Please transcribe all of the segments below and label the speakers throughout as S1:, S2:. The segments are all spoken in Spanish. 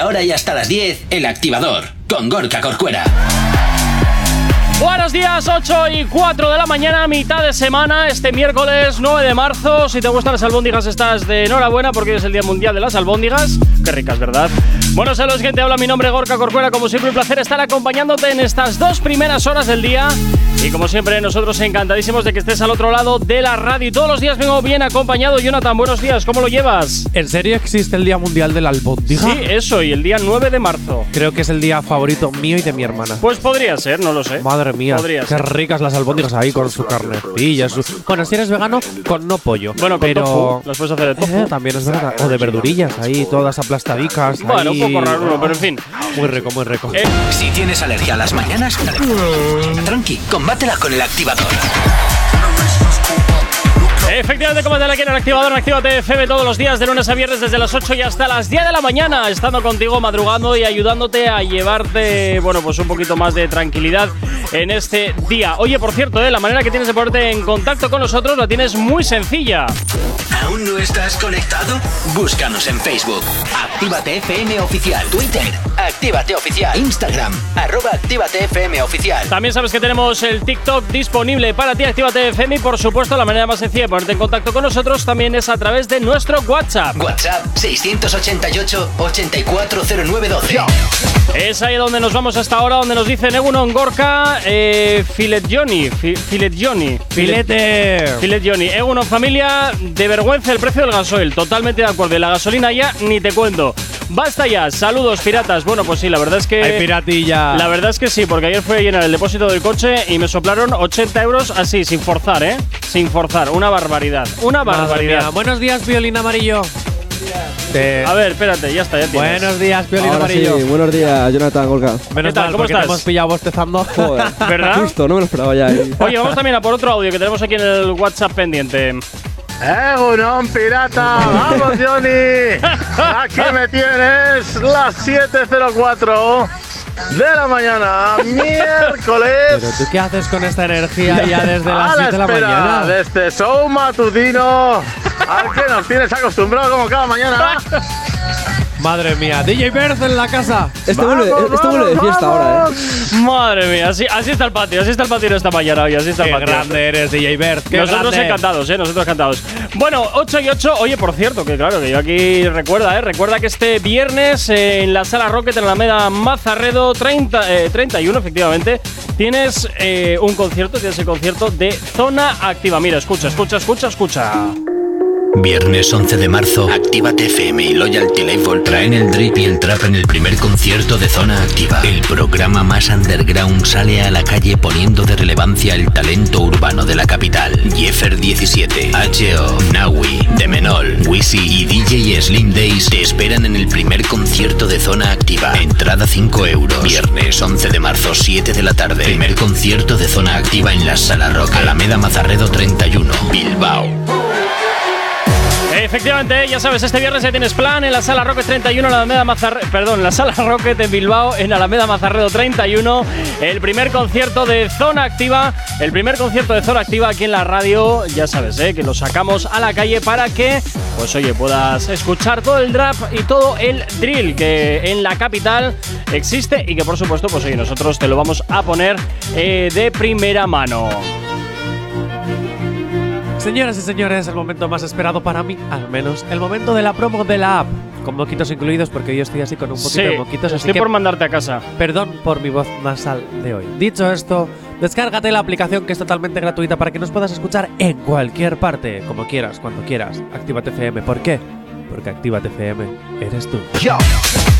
S1: ahora y hasta las 10, El Activador, con Gorka Corcuera.
S2: Buenos días, 8 y 4 de la mañana, mitad de semana, este miércoles 9 de marzo. Si te gustan las albóndigas, estás de enhorabuena porque hoy es el Día Mundial de las Albóndigas. Qué ricas, ¿verdad? Bueno, saludos, gente. Habla mi nombre, es Gorka Corcuera. Como siempre, un placer estar acompañándote en estas dos primeras horas del día. Y como siempre, nosotros encantadísimos de que estés al otro lado de la radio. Y todos los días vengo bien acompañado. Jonathan, buenos días, ¿cómo lo llevas?
S3: ¿En serio existe el Día Mundial de la Albóndiga?
S2: Sí, eso, y el día 9 de marzo.
S3: Creo que es el día favorito mío y de mi hermana.
S2: Pues podría ser, no lo sé.
S3: Madre mía,
S2: Podría
S3: qué
S2: ser.
S3: ricas las albóndigas ahí con su carnecilla. Su... Bueno, si eres vegano, con no pollo.
S2: Bueno, con
S3: pero
S2: tofu, los puedes hacer de tofu.
S3: Eh, también es verdad. O de verdurillas ahí, todas aplastadicas.
S2: Bueno,
S3: ahí.
S2: un poco raro, pero en fin.
S3: Muy rico, muy rico.
S2: Eh,
S1: Si tienes alergia a las mañanas, tranqui, combátela con el activador.
S2: Efectivamente, como te la quieren activador en Actívate FM todos los días, de lunes a viernes, desde las 8 y hasta las 10 de la mañana, estando contigo, madrugando y ayudándote a llevarte, bueno, pues un poquito más de tranquilidad en este día. Oye, por cierto, eh, la manera que tienes de ponerte en contacto con nosotros la tienes muy sencilla.
S1: ¿Aún no estás conectado? Búscanos en Facebook. Actívate FM Oficial. Twitter. Actívate Oficial. Instagram. Arroba Actívate FM Oficial.
S2: También sabes que tenemos el TikTok disponible para ti, Actívate FM, y por supuesto, la manera más sencilla de ponerte en contacto con nosotros también es a través de nuestro WhatsApp.
S1: WhatsApp 688-840912.
S2: Es ahí donde nos vamos hasta ahora, donde nos dicen Egunon Gorka, eh, Filet Johnny, fi- Filet Johnny,
S3: ¡Filete!
S2: Filet Johnny, Egunon familia, de vergüenza el precio del gasoil, totalmente de acuerdo, y la gasolina ya ni te cuento. Basta ya, saludos piratas. Bueno, pues sí, la verdad es que...
S3: ¡Ay, piratilla!
S2: La verdad es que sí, porque ayer fui a llenar el depósito del coche y me soplaron 80 euros así, sin forzar, ¿eh? Sin forzar, una barbaridad, una
S3: Madre mía.
S2: barbaridad.
S3: Buenos días, violín amarillo. Eh,
S2: A ver, espérate, ya está, ya tienes.
S3: buenos días, violín
S4: Ahora sí,
S3: amarillo.
S4: buenos días, Jonathan Golga.
S3: Menos
S2: ¿Qué tal?
S3: mal,
S2: ¿Cómo
S3: porque
S2: estás?
S3: te hemos pillado bostezando.
S4: Joder.
S2: ¿Verdad?
S4: Justo, no me lo esperaba ya. Y-
S2: Oye, vamos también a por otro audio que tenemos aquí en el WhatsApp pendiente.
S5: ¡Egunon, pirata! ¡Vamos, Johnny! Aquí me tienes las 7.04 de la mañana,
S3: Pero tú
S5: miércoles.
S3: qué haces con esta energía ya desde las
S5: a
S3: 7
S5: la
S3: de la
S5: espera
S3: mañana.
S5: de este show matutino al que nos tienes acostumbrado como cada mañana.
S3: Madre mía, DJ Berth en la casa.
S4: Este vuelve,
S5: Vamos,
S4: este vuelve de
S5: vamos,
S4: fiesta ahora, eh.
S5: vamos.
S2: Madre mía, así, así está el patio, así está el patio esta mañana hoy, así está el
S3: Qué
S2: patio.
S3: grande eres, DJ Berth. Qué
S2: Nosotros
S3: grande.
S2: encantados, eh, nosotros encantados. Bueno, 8 y 8, oye, por cierto, que claro, que yo aquí recuerda, eh, recuerda que este viernes eh, en la sala Rocket en la Alameda Mazarredo 30, eh, 31, efectivamente, tienes eh, un concierto, tienes el concierto de Zona Activa. Mira, escucha, escucha, escucha, escucha.
S1: Viernes 11 de marzo, Actívate FM y Loyalty Label traen el drip y el trap en el primer concierto de Zona Activa. El programa más underground sale a la calle poniendo de relevancia el talento urbano de la capital. Jeffer 17, H.O., Nawi, Demenol, Wisi y DJ Slim Days te esperan en el primer concierto de Zona Activa. Entrada 5 euros. Viernes 11 de marzo, 7 de la tarde. Primer concierto de Zona Activa en la Sala Roca, Alameda Mazarredo 31, Bilbao.
S2: Efectivamente, ya sabes, este viernes ya tienes plan en la sala Rocket 31, en Alameda Mazarredo, perdón, en la sala Rocket en Bilbao, en Alameda Mazarredo 31, el primer concierto de Zona Activa, el primer concierto de Zona Activa aquí en la radio, ya sabes, eh, que lo sacamos a la calle para que, pues oye, puedas escuchar todo el rap y todo el drill que en la capital existe y que por supuesto, pues oye, nosotros te lo vamos a poner eh, de primera mano.
S3: Señoras y señores, el momento más esperado para mí, al menos, el momento de la promo de la app. Con moquitos incluidos, porque yo estoy así con un poquito
S2: Sí,
S3: de moquitos, así
S2: estoy
S3: que
S2: por mandarte a casa.
S3: perdón por mi voz nasal de hoy. Dicho esto, descárgate la aplicación que es totalmente gratuita para que nos puedas escuchar en cualquier parte, como quieras, cuando quieras. Actívate FM, ¿por qué? Porque Actívate FM eres tú.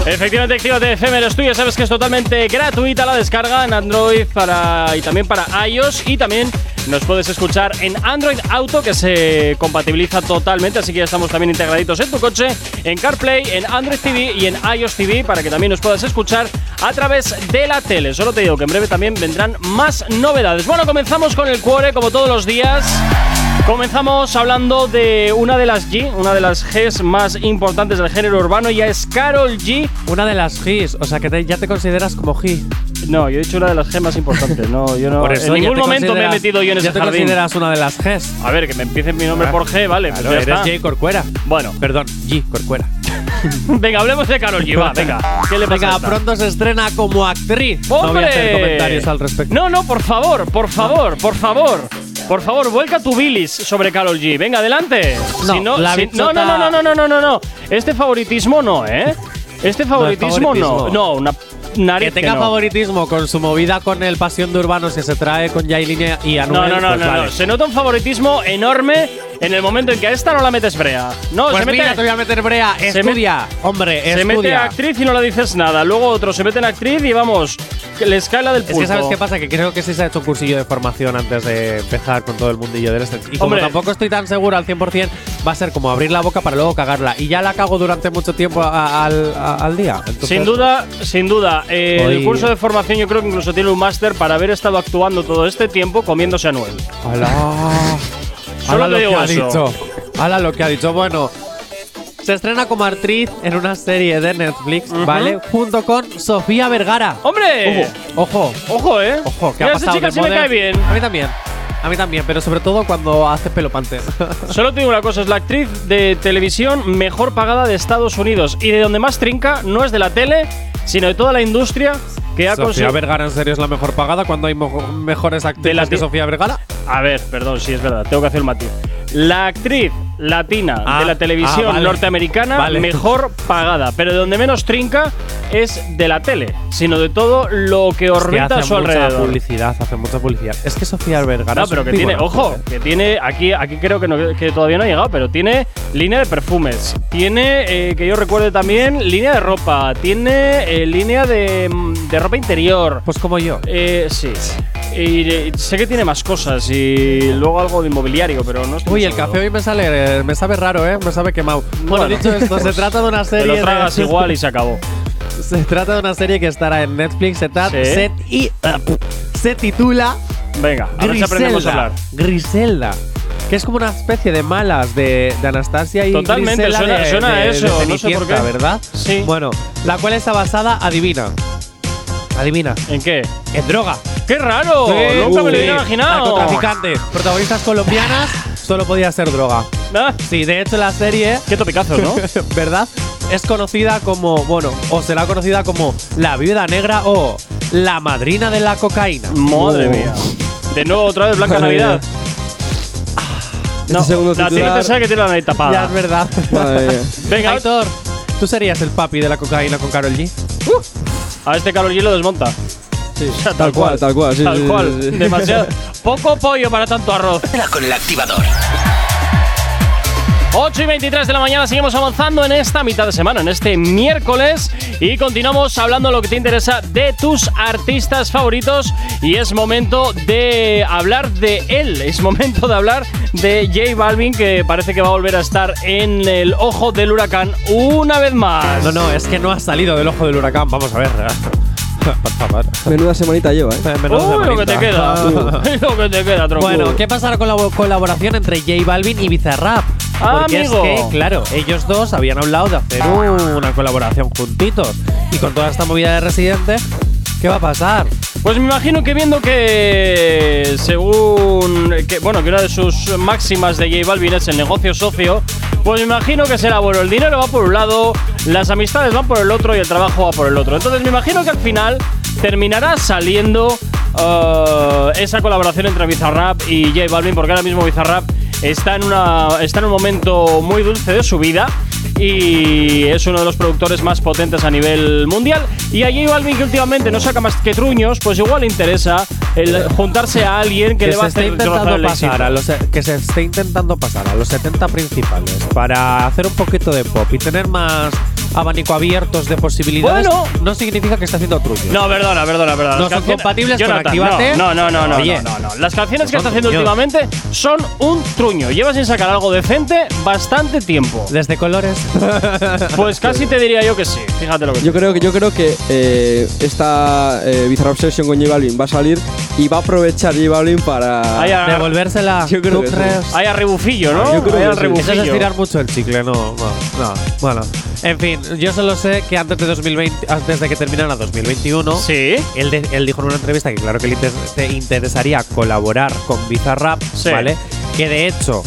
S2: Efectivamente, Actívate FM eres tú, ya sabes que es totalmente gratuita la descarga en Android para, y también para iOS y también nos puedes escuchar en Android Auto que se compatibiliza totalmente, así que ya estamos también integraditos en tu coche, en CarPlay, en Android TV y en iOS TV para que también nos puedas escuchar a través de la tele. Solo te digo que en breve también vendrán más novedades. Bueno, comenzamos con el cuore como todos los días. Comenzamos hablando de una de las G, una de las Gs más importantes del género urbano, ya es Carol G.
S3: Una de las G's, o sea que te- ya te consideras como G.
S2: No, yo he dicho una de las G más importantes, no, yo no. en
S3: ya
S2: ningún
S3: te
S2: momento me he
S3: consideras-
S2: metido yo en
S3: ya
S2: ese
S3: te
S2: jardín.
S3: consideras una de las G's.
S2: A ver, que me empiecen mi nombre por G, vale,
S3: Claro,
S2: pues ya
S3: eres
S2: está.
S3: J. Corcuera.
S2: Bueno,
S3: Perdón, G. Corcuera.
S2: venga, hablemos de Carol G, va, venga. ¿Qué le pasa? a
S3: Venga,
S2: esta?
S3: pronto se estrena como actriz. No voy
S2: ¡Hombre!
S3: a hacer comentarios al respecto.
S2: No, no, por favor, por favor, por favor. Por favor, vuelca tu bilis sobre Carol G. Venga, adelante. Si
S3: No, la
S2: si- no, no,
S3: bichota-
S2: no, no, no, no, no, no, no. Este favoritismo no, ¿eh? Este favoritismo no.
S3: favoritismo.
S2: No, una nariz.
S3: Que tenga
S2: no.
S3: favoritismo con su movida con el Pasión de Urbanos que se trae con Yailin y Anuel.
S2: No, no, no,
S3: pues
S2: no,
S3: vale.
S2: no. Se nota un favoritismo enorme en el momento en que a esta no la metes brea. No,
S3: Pues
S2: se mete.
S3: mira, te voy a meter brea.
S2: se me-
S3: Estudia, hombre,
S2: se
S3: estudia.
S2: mete a actriz y no le dices nada. Luego otro se mete en actriz y vamos, que les cae la del
S3: Es
S2: pulpo.
S3: que sabes qué pasa, que creo que sí se ha hecho un cursillo de formación antes de empezar con todo el mundillo del este. Y como
S2: Hombre.
S3: tampoco estoy tan seguro al 100%, va a ser como abrir la boca para luego cagarla. Y ya la cago durante mucho tiempo a- al, a- al día. Entonces-
S2: Sin duda, sin duda. Eh, El
S3: Hoy-
S2: curso de formación yo creo que incluso tiene un máster para haber estado actuando todo este tiempo comiéndose a Noel.
S3: ¡Hala!
S2: Solo
S3: ¡Hala
S2: te
S3: lo
S2: digo
S3: que ha
S2: eso.
S3: dicho! ¡Hala lo que ha dicho! Bueno, se estrena como actriz en una serie de Netflix, ¿vale? Junto con Sofía Vergara.
S2: ¡Hombre!
S3: ¡Ojo!
S2: Ojo, eh.
S3: ¡Ojo! ¿Qué
S2: Mira,
S3: ha
S2: esa
S3: pasado?
S2: chica
S3: de
S2: sí me
S3: moda?
S2: cae bien.
S3: A mí también. A mí también, pero sobre todo cuando hace pelopante.
S2: Solo te digo una cosa, es la actriz de televisión mejor pagada de Estados Unidos y de donde más trinca no es de la tele, sino de toda la industria que ha
S3: Sofía
S2: conseguido.
S3: Vergara en serio es la mejor pagada cuando hay mo- mejores
S2: De la
S3: actrices
S2: ti-
S3: que Sofía Vergara.
S2: A ver, perdón, sí es verdad, tengo que hacer el matiz. La actriz latina
S3: Ah,
S2: de la televisión
S3: ah, vale.
S2: norteamericana
S3: Vale.
S2: mejor pagada, pero de donde menos trinca es de la tele, sino de todo lo que
S3: Hostia,
S2: orbita a su
S3: hace mucha
S2: alrededor.
S3: publicidad, hace mucha publicidad. Es que Sofía Vergara
S2: No,
S3: es
S2: pero
S3: un
S2: que tiene,
S3: figurazo,
S2: ojo,
S3: ¿eh?
S2: que tiene, aquí, aquí creo que, no- que todavía no ha llegado, pero tiene línea de perfumes, tiene, eh, que yo recuerde también, línea de ropa, tiene eh, línea de, mm, de ropa interior,
S3: Pues como yo.
S2: eh, sí. Y, eh, sé que tiene más cosas y luego algo de inmobiliario, pero no estoy
S3: Uy, el
S2: seguro.
S3: café hoy me sale, eh, me sabe raro, ¿eh? Me sabe quemado. Bueno, Pues
S2: Bueno.
S3: dicho esto, se trata de una
S2: Te
S3: serie.
S2: lo tragas
S3: de,
S2: igual y se acabó.
S3: Se trata de una serie que estará en Netflix. Se, tra-
S2: Sí.
S3: se- y, se titula
S2: Venga, a ver si
S3: Griselda.
S2: aprendemos a hablar.
S3: Griselda. Que es como una especie de malas de, de Anastasia y
S2: Totalmente,
S3: Griselda
S2: suena-
S3: de-
S2: suena a
S3: de- de
S2: eso, no sé por
S3: Cenicienta,
S2: qué.
S3: ¿verdad?
S2: Sí.
S3: Bueno, la cual está basada, adivina. Adivina.
S2: ¿En qué?
S3: En droga.
S2: ¡Qué raro!
S3: Sí,
S2: Oh, Nunca me lo
S3: sí.
S2: hubiera imaginado.
S3: Narcotraficante. Protagonistas colombianas. Solo podía ser droga.
S2: Ah,
S3: Sí, de hecho la serie,
S2: Qué topicazo, ¿no?
S3: ¿verdad? Es conocida como, bueno, o será conocida como la viuda negra o la madrina de la cocaína.
S2: Madre mía. De nuevo, otra vez Blanca
S4: Madre Este
S2: Navidad. No,
S4: segundo
S2: la
S4: titular-
S2: tienes sabe que tiene la nariz
S3: Ya es
S2: tapada.
S3: verdad.
S4: Madre mía.
S2: Venga,
S3: Aitor, ¿tú serías el papi de la cocaína con Carol G?
S2: a este Carol G lo desmonta.
S4: Sí.
S2: O sea,
S4: Tal cual, tal cual, sí,
S2: Tal
S4: sí,
S2: cual.
S4: sí, sí.
S2: Demasiado. Poco pollo para tanto arroz.
S1: Con el activador.
S2: 8 y 23 de la mañana seguimos avanzando en esta mitad de semana, en este miércoles y continuamos hablando de lo que te interesa de tus artistas favoritos y es momento de hablar de él, es momento de hablar de J Balvin que parece que va a volver a estar en el ojo del huracán una vez más.
S3: Ah, No, no, es que no ha salido del ojo del huracán. Vamos a ver. Por favor.
S4: Menuda semanita lleva, ¿eh?
S3: Menos
S2: Uy, lo que te
S3: semanita.
S2: queda, Uy, lo que te queda, tronco.
S3: Bueno, ¿qué pasará con la bo- colaboración entre J Balvin y Bizarrap? Porque
S2: Ah, Amigo. Ah.
S3: es que, claro, ellos dos habían hablado de hacer una colaboración juntitos. Y con toda esta movida de Residente, ¿qué va a pasar?
S2: Pues me imagino que viendo que según que bueno, que una de sus máximas de J Balvin es el negocio socio, pues me imagino que será bueno, el dinero va por un lado, las amistades van por el otro y el trabajo va por el otro. Entonces me imagino que al final terminará saliendo eh, esa colaboración entre Bizarrap y J Balvin porque ahora mismo Bizarrap está en una está en un momento muy dulce de su vida y es uno de los productores más potentes a nivel mundial. Y a J Balvin, que últimamente no saca más que truños, pues igual le interesa el juntarse a alguien que,
S3: que
S2: le va
S3: se
S2: a
S3: esté
S2: hacer trozar
S3: intentando
S2: el éxito.
S3: pasar a los e- que se esté intentando pasar a los 70 principales para hacer un poquito de pop y tener más abanico abiertos de posibilidades
S2: Bueno.
S3: no significa que está haciendo truño.
S2: No, perdona, perdona, perdona.
S3: No
S2: Las
S3: son
S2: canciones-
S3: compatibles con
S2: Jonathan,
S3: Actívate.
S2: No, no, no, no,
S3: Oye.
S2: no, no, no. Las canciones que
S3: Son
S2: está haciendo
S3: truños.
S2: últimamente son un truño. Lleva sin sacar algo decente bastante tiempo.
S3: Desde colores.
S2: Pues casi te diría yo que sí. Fíjate lo que
S4: Yo creo que, yo creo que eh, esta eh, Bizarrap Obsession con J Balvin va a salir y va a aprovechar J Balvin para.
S2: Hay a-
S3: Devolvérsela.
S4: Yo creo
S3: ¿Tú
S4: que sí.
S3: crees?
S2: Hay a rebufillo, ¿no?
S4: Yo creo
S2: Hay a
S4: que sí.
S3: Eso es
S2: rebufillo.
S3: estirar mucho el chicle, no, no, no. Bueno, en fin, yo solo sé que antes de 2020, antes de que terminara 2021,
S2: Sí.
S3: él, de- él dijo en una entrevista que claro que le inter- te interesaría colaborar con Bizarrap,
S2: Sí.
S3: ¿vale? Que de hecho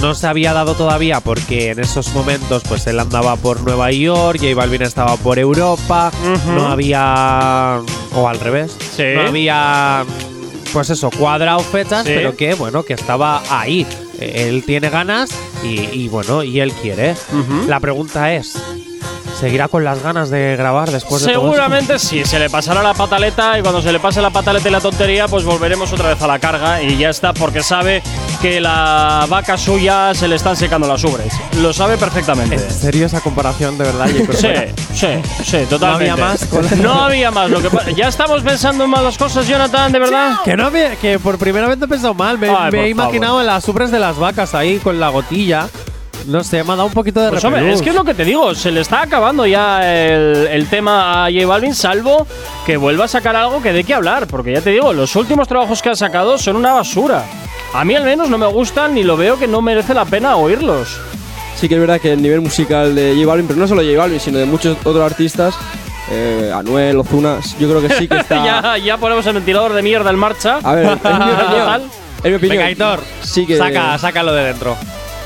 S3: no se había dado todavía porque en esos momentos pues él andaba por Nueva York, J Balvin estaba por Europa,
S2: Ujú.
S3: no había o al revés,
S2: Sí.
S3: no había pues eso, cuadrado fechas,
S2: Sí.
S3: pero que bueno, que estaba ahí. Eh, Él tiene ganas y, y, bueno, y él quiere.
S2: Ujú.
S3: La pregunta es, ¿seguirá con las ganas de grabar después de todo esto?
S2: Seguramente sí, se le pasará la pataleta y cuando se le pase la pataleta y la tontería, pues volveremos otra vez a la carga y ya está, porque sabe que la vaca suya se le están secando las ubres. Lo sabe perfectamente.
S3: ¿En Este, serio esa comparación de verdad? Jacob?
S2: Sí, sí, sí, totalmente.
S3: había más con la-
S2: No había más. Lo que pa- ya estamos pensando en malas cosas, Jonathan, de verdad.
S3: Que, no me- que por primera vez no he pensado mal, me,
S2: Ay,
S3: me
S2: por
S3: he imaginado en las ubres de las vacas ahí con la gotilla. No sé, me ha dado un poquito de
S2: Pues hombre,
S3: repelús.
S2: es que es lo que te digo, se le está acabando ya el, el tema a J Balvin, salvo que vuelva a sacar algo que dé que hablar, porque ya te digo, los últimos trabajos que ha sacado son una basura. A mí al menos no me gustan ni lo veo que no merece la pena oírlos.
S4: Sí que es verdad que el nivel musical de J Balvin, pero no solo J Balvin, sino de muchos otros artistas, eh, Anuel, Ozuna, yo creo que sí que está...
S2: ya, ya ponemos el ventilador de mierda en marcha.
S4: A ver, es mi opinión.
S2: Total.
S4: Es mi opinión.
S3: Venga, Aitor,
S4: sí que...
S3: saca, sácalo de dentro.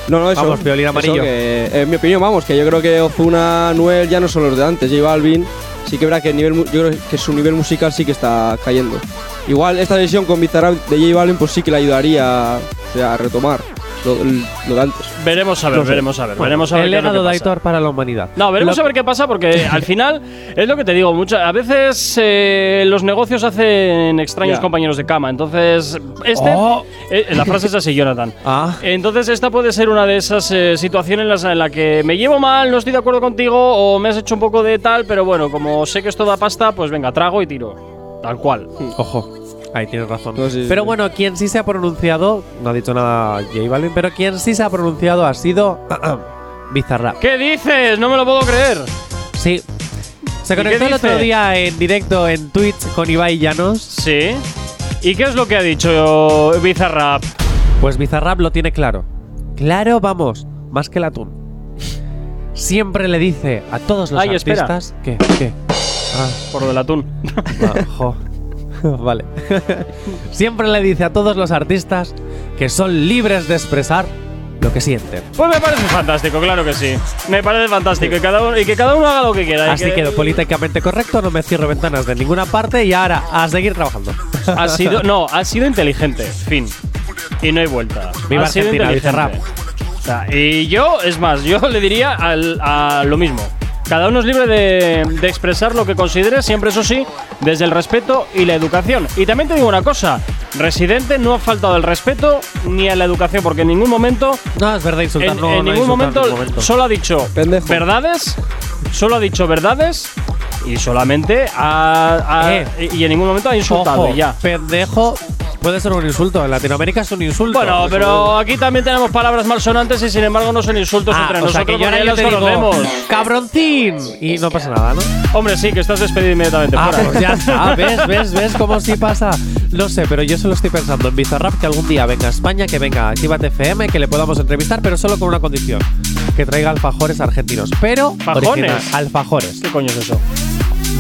S4: No, no, eso.
S3: Vamos, violín
S4: eso
S3: amarillo.
S4: que, en mi opinión, vamos, que yo creo que Ozuna, Noel ya no son los de antes, J Balvin. Sí que verá que el nivel, mu- yo creo que su nivel musical sí que está cayendo. Igual esta decisión con Bizarrap de J Balvin pues sí que le ayudaría o sea, a retomar lo, lo de antes.
S2: Veremos a ver,
S4: No sé.
S2: veremos a ver, veremos a ver.
S3: el
S2: qué es lo
S3: legado
S2: que
S3: de
S2: pasa.
S3: Aitor para la humanidad.
S2: No, veremos
S3: Lo-
S2: a ver qué pasa porque al final es lo que te digo, muchas a veces eh, los negocios hacen extraños
S4: Ya.
S2: compañeros de cama. Entonces, este
S3: Oh.
S2: eh, la frase es así, Jonathan.
S3: Ah,
S2: Entonces esta puede ser una de esas eh, situaciones en las en la que me llevo mal, no estoy de acuerdo contigo o me has hecho un poco de tal, pero bueno, como sé que esto da pasta, pues venga, trago y tiro. Tal cual.
S3: ojo. Ahí tienes razón.
S4: No, sí, sí,
S3: pero
S4: sí.
S3: bueno, quien sí se ha pronunciado, no ha dicho nada J Balvin, pero quien sí se ha pronunciado ha sido Bizarrap.
S2: ¿Qué dices? No me lo puedo creer.
S3: Sí. Se
S2: ¿Y qué
S3: conectó el otro
S2: dice?
S3: día en directo en Twitch con Ibai Llanos.
S2: Sí. ¿Y qué es lo que ha dicho Bizarrap?
S3: Pues Bizarrap lo tiene claro. Claro, vamos, más que el atún. Siempre le dice a todos los
S2: Ay, espera.
S3: artistas que qué? Ah,
S2: Por lo del atún.
S3: va, jo. vale. Siempre le dice a todos los artistas que son libres de expresar lo que sienten.
S2: Pues me parece fantástico, claro que sí. Me parece fantástico. Y, cada uno, y que cada uno haga lo que quiera. y
S3: Así
S2: que-
S3: que lo políticamente correcto, no me cierro ventanas de ninguna parte y ahora a seguir trabajando.
S2: Ha sido, no, ha sido inteligente. Fin. Y no hay vuelta.
S3: Viva
S2: ha sido
S3: Argentina,
S2: inteligente. O sea, y yo, es más, yo le diría al- a lo mismo. Cada uno es libre de, de expresar lo que considere, siempre eso sí, desde el respeto y la educación. Y también te digo una cosa, Residente no ha faltado al respeto ni a la educación, porque en ningún momento
S3: No, es verdad, insultar
S2: en,
S3: no,
S2: en
S3: no
S2: ningún
S3: insultar
S2: momento,
S3: en ningún momento.
S2: solo ha dicho
S4: Pendejo.
S2: verdades, solo ha dicho verdades y solamente ha, ha-
S3: Eh.
S2: y- y en ningún momento ha insultado
S3: Ojo,
S2: y ya.
S3: Pendejo puede ser un insulto. En Latinoamérica es un insulto.
S2: Bueno, pero aquí también tenemos palabras malsonantes y sin embargo no son insultos
S3: Ah,
S2: entre
S3: o
S2: nosotros
S3: sea que yo ahora
S2: porque
S3: yo te
S2: ya las
S3: digo,
S2: conocemos.
S3: cabroncín y no pasa nada, ¿no?
S2: Hombre, sí, que estás despedido inmediatamente
S3: Ah,
S2: fuera.
S3: pues ya está, ves, ves, ves cómo sí pasa. No sé, pero yo solo estoy pensando en Bizarrap que algún día venga a España, que venga a Actívate FM, que le podamos entrevistar, pero solo con una condición, que traiga alfajores argentinos, pero
S2: ¿Fajones?
S3: original, alfajores.
S2: ¿Qué coño es eso?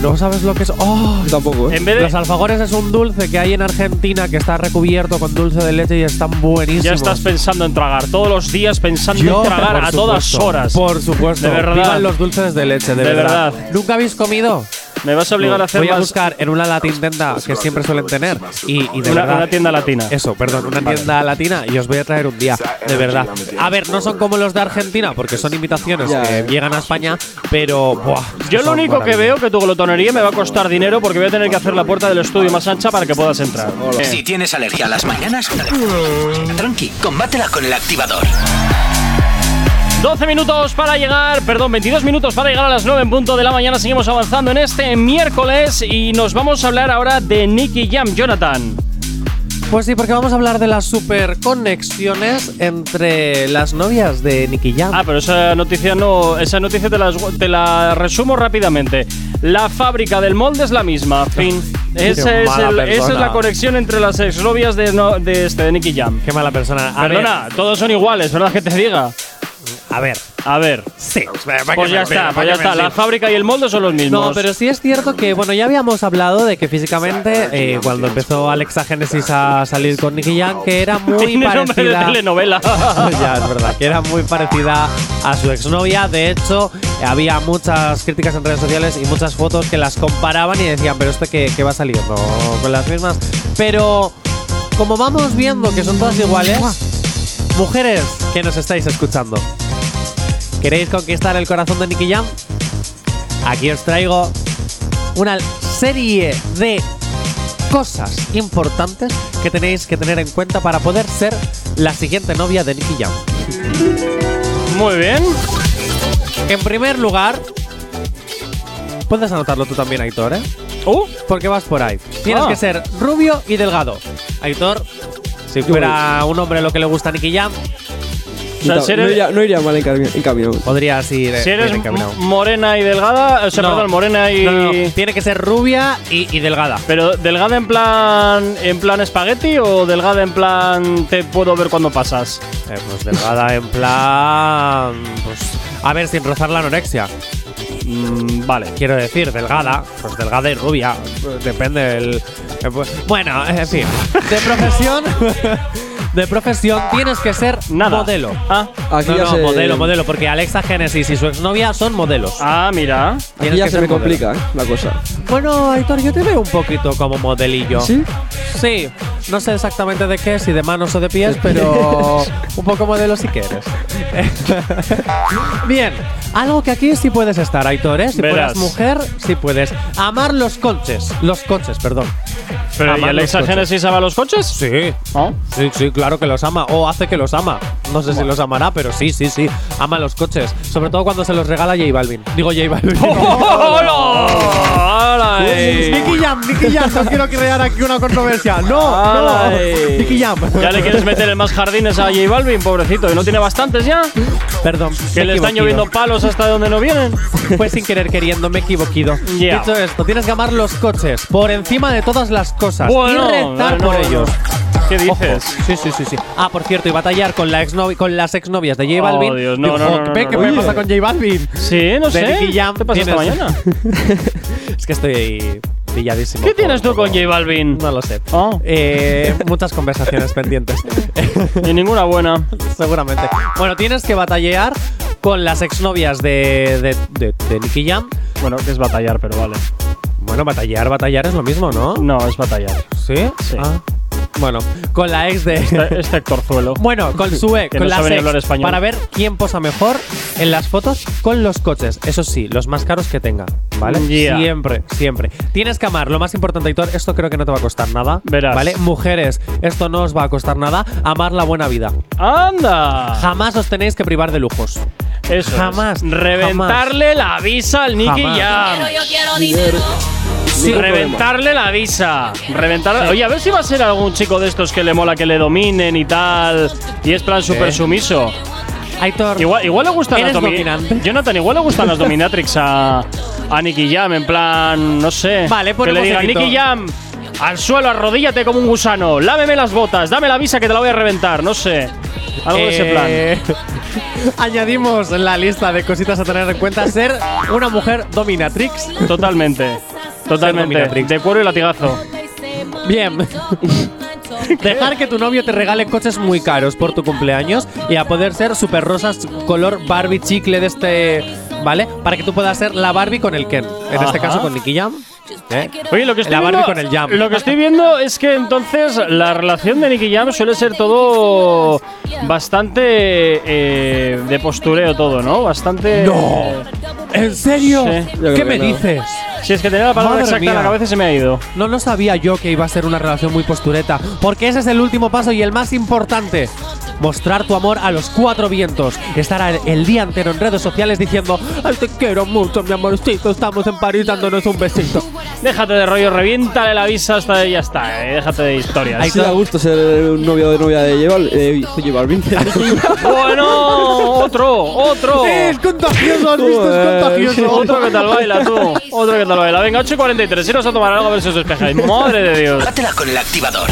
S3: No sabes lo que es. ¡Oh!
S4: Yo tampoco, ¿eh?
S2: En vez de
S3: Los alfajores es un dulce que hay en Argentina que está recubierto con dulce de leche y están buenísimos.
S2: ya estás pensando en tragar todos los días pensando
S3: Yo,
S2: en tragar
S3: por
S2: a todas
S3: supuesto,
S2: horas.
S3: Por supuesto.
S2: De verdad.
S3: Vivan los dulces de leche, de,
S2: De
S3: verdad.
S2: verdad.
S3: ¿Nunca habéis comido?
S2: Me vas a obligar a hacer
S3: Voy a
S2: más-
S3: buscar en una latin tenda que siempre suelen tener. Y, y de
S2: una,
S3: verdad.
S2: una tienda latina.
S3: Eso, perdón, una tienda latina y os voy a traer un día, de verdad. A ver, no son como los de Argentina, porque son imitaciones
S4: Ya,
S3: que
S4: eh.
S3: llegan a España, pero. buah, es que
S2: Yo lo
S3: son
S2: único que
S3: maravillosos.
S2: veo que tu glotonería me va a costar dinero porque voy a tener que hacer la puerta del estudio más ancha para que puedas entrar.
S1: Si tienes alergia a las mañanas, tranqui, combátela con el activador.
S2: 12 minutos para llegar, perdón, 22 minutos para llegar a las 9 en punto de la mañana. Seguimos avanzando en este miércoles y nos vamos a hablar ahora de Nicky Jam, Jonathan.
S3: Pues sí, porque vamos a hablar de las superconexiones entre las novias de Nicky Jam.
S2: Ah, pero esa noticia no, esa noticia te la, te la resumo rápidamente. La fábrica del molde es la misma, fin.
S3: Ah, Qué
S2: Ese es
S3: mala
S2: el- esa es
S3: persona.
S2: la conexión entre las exnovias de, no- de este de Nicky Jam.
S3: Qué mala persona. A ver,
S2: Perdona, todos son iguales, ¿verdad que te diga?
S3: A ver,
S2: A ver.
S3: sí.
S2: Pues ya está, pues ya está. La fábrica y el molde son los mismos.
S3: No, pero sí es cierto que, bueno, ya habíamos hablado de que físicamente, eh, cuando empezó Alexa Genesis a salir con Nicky Jam, que era muy
S2: Tiene nombre de
S3: parecida.
S2: telenovela.
S3: ya, es verdad, que era muy parecida a su exnovia. De hecho, eh, había muchas críticas en redes sociales y muchas fotos que las comparaban y decían, pero esto que, va a salir, no con las mismas. Pero como vamos viendo que son todas iguales, mujeres que nos estáis escuchando, ¿queréis conquistar el corazón de Nicky Jam? Aquí os traigo una serie de cosas importantes que tenéis que tener en cuenta para poder ser la siguiente novia de Nicky Jam.
S2: Muy bien.
S3: En primer lugar, puedes anotarlo tú también, Aitor, ¿eh?
S2: Uh,
S3: Porque vas por ahí. Tienes
S2: Ah.
S3: que ser rubio y delgado. Aitor, si fuera un hombre lo que le gusta a Nicky Jam,
S2: o sea,
S4: No,
S2: si
S4: no,
S2: eres,
S4: iría, no iría mal encaminado.
S3: podrías ir eh,
S2: si eres
S3: bien encaminado.
S2: morena y delgada. eh, O sea,
S3: No.
S2: perdón, morena y.
S3: No, no, no. Tiene que ser rubia y, y delgada.
S2: Pero delgada en plan en plan espagueti o delgada en plan te puedo ver cuando pasas.
S3: Eh, pues delgada en plan... Pues, a ver, sin rozar la anorexia.
S2: Mm, vale.
S3: Quiero decir, delgada, pues delgada y rubia. Depende del. eh, pues- Bueno, en fin. De profesión. De profesión tienes que ser
S2: Nada.
S3: modelo.
S2: Ah,
S4: Aquí
S3: no,
S4: ya
S3: no,
S4: se,
S3: modelo, modelo, porque Alexa Genesis y su exnovia son modelos.
S2: ah, mira.
S4: Aquí
S3: Tienes
S4: ya
S3: que
S4: se
S3: ser
S4: me
S3: modelo.
S4: complica eh, la cosa.
S3: Bueno, Aitor, yo te veo un poquito como modelillo.
S4: ¿Sí?
S3: Sí, no sé exactamente de qué, si de manos o de pies, pero un poco modelo si quieres. Bien, algo que aquí sí puedes estar, Aitor, ¿eh? Si
S2: Verás.
S3: fueras mujer, sí puedes. Amar los coches, los coches, perdón.
S2: Pero ¿y
S3: Amar los
S2: Alexa
S3: coches.
S2: Ah, Genesis ama los coches?
S3: Sí,
S2: ¿No?
S3: sí, sí, claro que los ama, o hace que los ama. No sé si los amará, pero sí, sí, sí, ama los coches. Sobre todo cuando se los regala J Balvin. Digo J Balvin.
S2: ¡Hola! ¡Hola! eh!
S3: Nicky Jam, Nicky Jam, no quiero crear aquí una controversia. No, no,
S2: Ay.
S3: Nicky Jam.
S2: ¿Ya le quieres meter en más jardines a J Balvin, pobrecito? ¿Y no tiene bastantes ya?
S3: Perdón,
S2: Que
S3: me
S2: le están
S3: equivoquido.
S2: lloviendo palos hasta donde no vienen.
S3: Fue sin querer queriendo, me he equivocado.
S2: Yeah.
S3: Dicho esto, tienes que amar los coches por encima de todas las cosas y
S2: no,
S3: rezar por
S2: no, no.
S3: ellos.
S2: ¿Qué
S3: Ojo.
S2: dices?
S3: Sí, sí, sí, sí. Ah, por cierto, y batallar con, la exnovi- con las exnovias de J
S2: Oh,
S3: Balvin.
S2: Dios, no,
S3: Digo,
S2: no, no, no,
S3: "Ve,
S2: no,
S3: ¿Qué
S2: no,
S3: me
S2: no.
S3: pasa con J Balvin?
S2: Sí, no
S3: De
S2: sé.
S3: Nicky Jam
S2: ¿Qué pasa esta
S3: tienes-
S2: mañana?
S3: Es que estoy pilladísimo.
S2: ¿Qué tienes tú con
S3: por-
S2: J Balvin?
S3: No lo sé.
S2: Oh.
S3: Eh, muchas conversaciones pendientes.
S2: Ni ninguna buena.
S3: Seguramente. Bueno, tienes que batallar con las exnovias de, de, de, de Nicky Jam.
S2: Bueno, que es batallar, pero vale.
S3: Bueno, batallar, batallar es lo mismo, ¿no?
S2: No, es batallar.
S3: ¿Sí?
S2: Sí.
S3: Ah. Bueno, con la ex de.
S2: Este Hectorzuelo.
S3: Bueno, con su ex,
S2: Que
S3: con
S2: no
S3: las
S2: sabe ni
S3: ex,
S2: hablar español.
S3: para ver quién posa mejor en las fotos con los coches. Eso sí, los más caros que tenga, ¿vale?
S2: Mm, Yeah.
S3: Siempre, siempre. Tienes que amar, lo más importante, Héctor, esto creo que no te va a costar nada,
S2: Verás.
S3: ¿vale? Mujeres, esto no os va a costar nada, amar la buena vida.
S2: ¡Anda!
S3: Jamás os tenéis que privar de lujos.
S2: Eso es.
S3: jamás,
S2: Reventarle la visa al Nicky
S3: Jamás.
S2: Jam.
S4: Sí.
S2: Reventarle la visa. Reventar. Oye, a ver si va a ser algún chico de estos que le mola que le dominen y tal. Y es plan súper sumiso.
S3: Aitor,
S2: Igual, igual le gustan las
S3: Eres
S2: dominantes.
S3: dominante.
S2: Jonathan, igual le gustan las dominatrix a, a Nicky Jam. En plan, no sé.
S3: Vale, pues
S2: Que le
S3: ponemos
S2: diga,
S3: éxito.
S2: Nicky Jam, al suelo, arrodíllate como un gusano. Láveme las botas, dame la visa que te la voy a reventar. No sé. Algo de ese plan.
S3: Eh, Añadimos en la lista de cositas a tener en cuenta ser una mujer dominatrix.
S2: Totalmente. Totalmente.
S3: dominatrix.
S2: De cuero y latigazo.
S3: Bien. Dejar que tu novio te regale coches muy caros por tu cumpleaños y a poder ser super rosas color Barbie chicle de este, ¿vale? Para que tú puedas ser la Barbie con el Ken. En este
S2: Ajá.
S3: caso con Nicky Jam. ¿eh?
S2: Oye, lo que estoy
S3: La Barbie
S2: viendo,
S3: con el jam.
S2: Lo que estoy viendo es que entonces la relación de Nicky Jam suele ser todo bastante eh, de postureo todo, ¿no? Bastante. eh,
S3: No. ¿En serio?
S2: Sí.
S4: Yo creo
S3: ¿Qué
S4: que
S3: me
S4: no.
S3: dices?
S2: Si es que tenía la palabra
S3: Madre
S2: exacta en la
S3: mía.
S2: cabeza y se me ha ido.
S3: No, no sabía yo que iba a ser una relación muy postureta, porque ese es el último paso y el más importante. Mostrar tu amor a los cuatro vientos. Estar al- el día entero en redes sociales diciendo, "Ay, te quiero mucho, mi amorcito, estamos en París dándonos un besito.
S2: Déjate de rollo, reviéntale la visa hasta y ya está, eh, déjate de
S3: Ahí
S2: historias.
S4: Sí, da gusto ser un novio de novia de J Bal- eh, J Balvin.
S2: bueno, otro, otro. Eh,
S3: es contagioso, has visto,
S4: Joder.
S3: es contagioso.
S2: Otro que tal baila tú. Otro que tal baila. Venga, 8 y 43. Iros a tomar algo a ver si os despejáis. Madre de Dios.
S1: Pátela con el activador.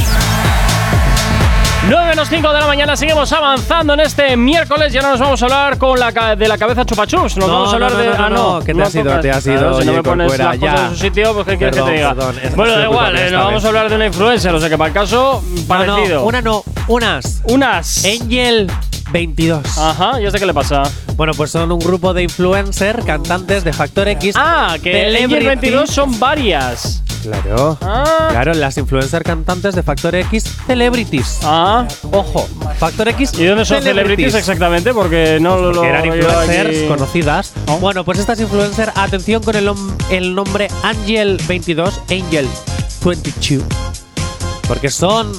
S2: 9 menos 5 de la mañana, seguimos avanzando en este miércoles y ahora nos vamos a hablar con la ca- de la cabeza chupa chups. Nos
S3: No,
S2: vamos a hablar
S3: no, no,
S2: de.
S3: no,
S2: ah,
S3: no,
S2: no,
S3: que te has ido,
S2: tocas.
S3: te has
S2: Claro,
S3: ido,
S2: si no
S3: oye,
S2: me pones
S3: Corcuera,
S2: las cosas
S3: ya.
S2: en su sitio, pues ¿qué quieres que
S3: Perdón,
S2: te diga?
S3: perdón, es-
S2: bueno,
S3: es
S2: da
S3: culpa
S2: igual,
S3: mía
S2: eh,
S3: esta
S2: nos vamos a
S3: vez.
S2: hablar de una influencer, o sea que para el caso,
S3: No,
S2: parecido.
S3: no, una no, unas.
S2: Unas.
S3: Angel 22.
S2: Ajá, ¿y este qué le pasa?
S3: Bueno, pues son un grupo de influencer, cantantes de Factor X.
S2: Ah, que el
S3: Celebrity.
S2: 22 son varias.
S3: Claro.
S2: Ah.
S3: Claro, las influencer cantantes de Factor X Celebrities.
S2: Ah.
S3: Ojo, Factor X
S2: ¿Y dónde son celebrities exactamente? Porque no lo.
S3: que eran
S2: lo-
S3: influencers
S2: aquí.
S3: conocidas.
S2: ¿No?
S3: Bueno, pues estas influencers, atención con el, nom- el nombre Angel22, Angel22, porque son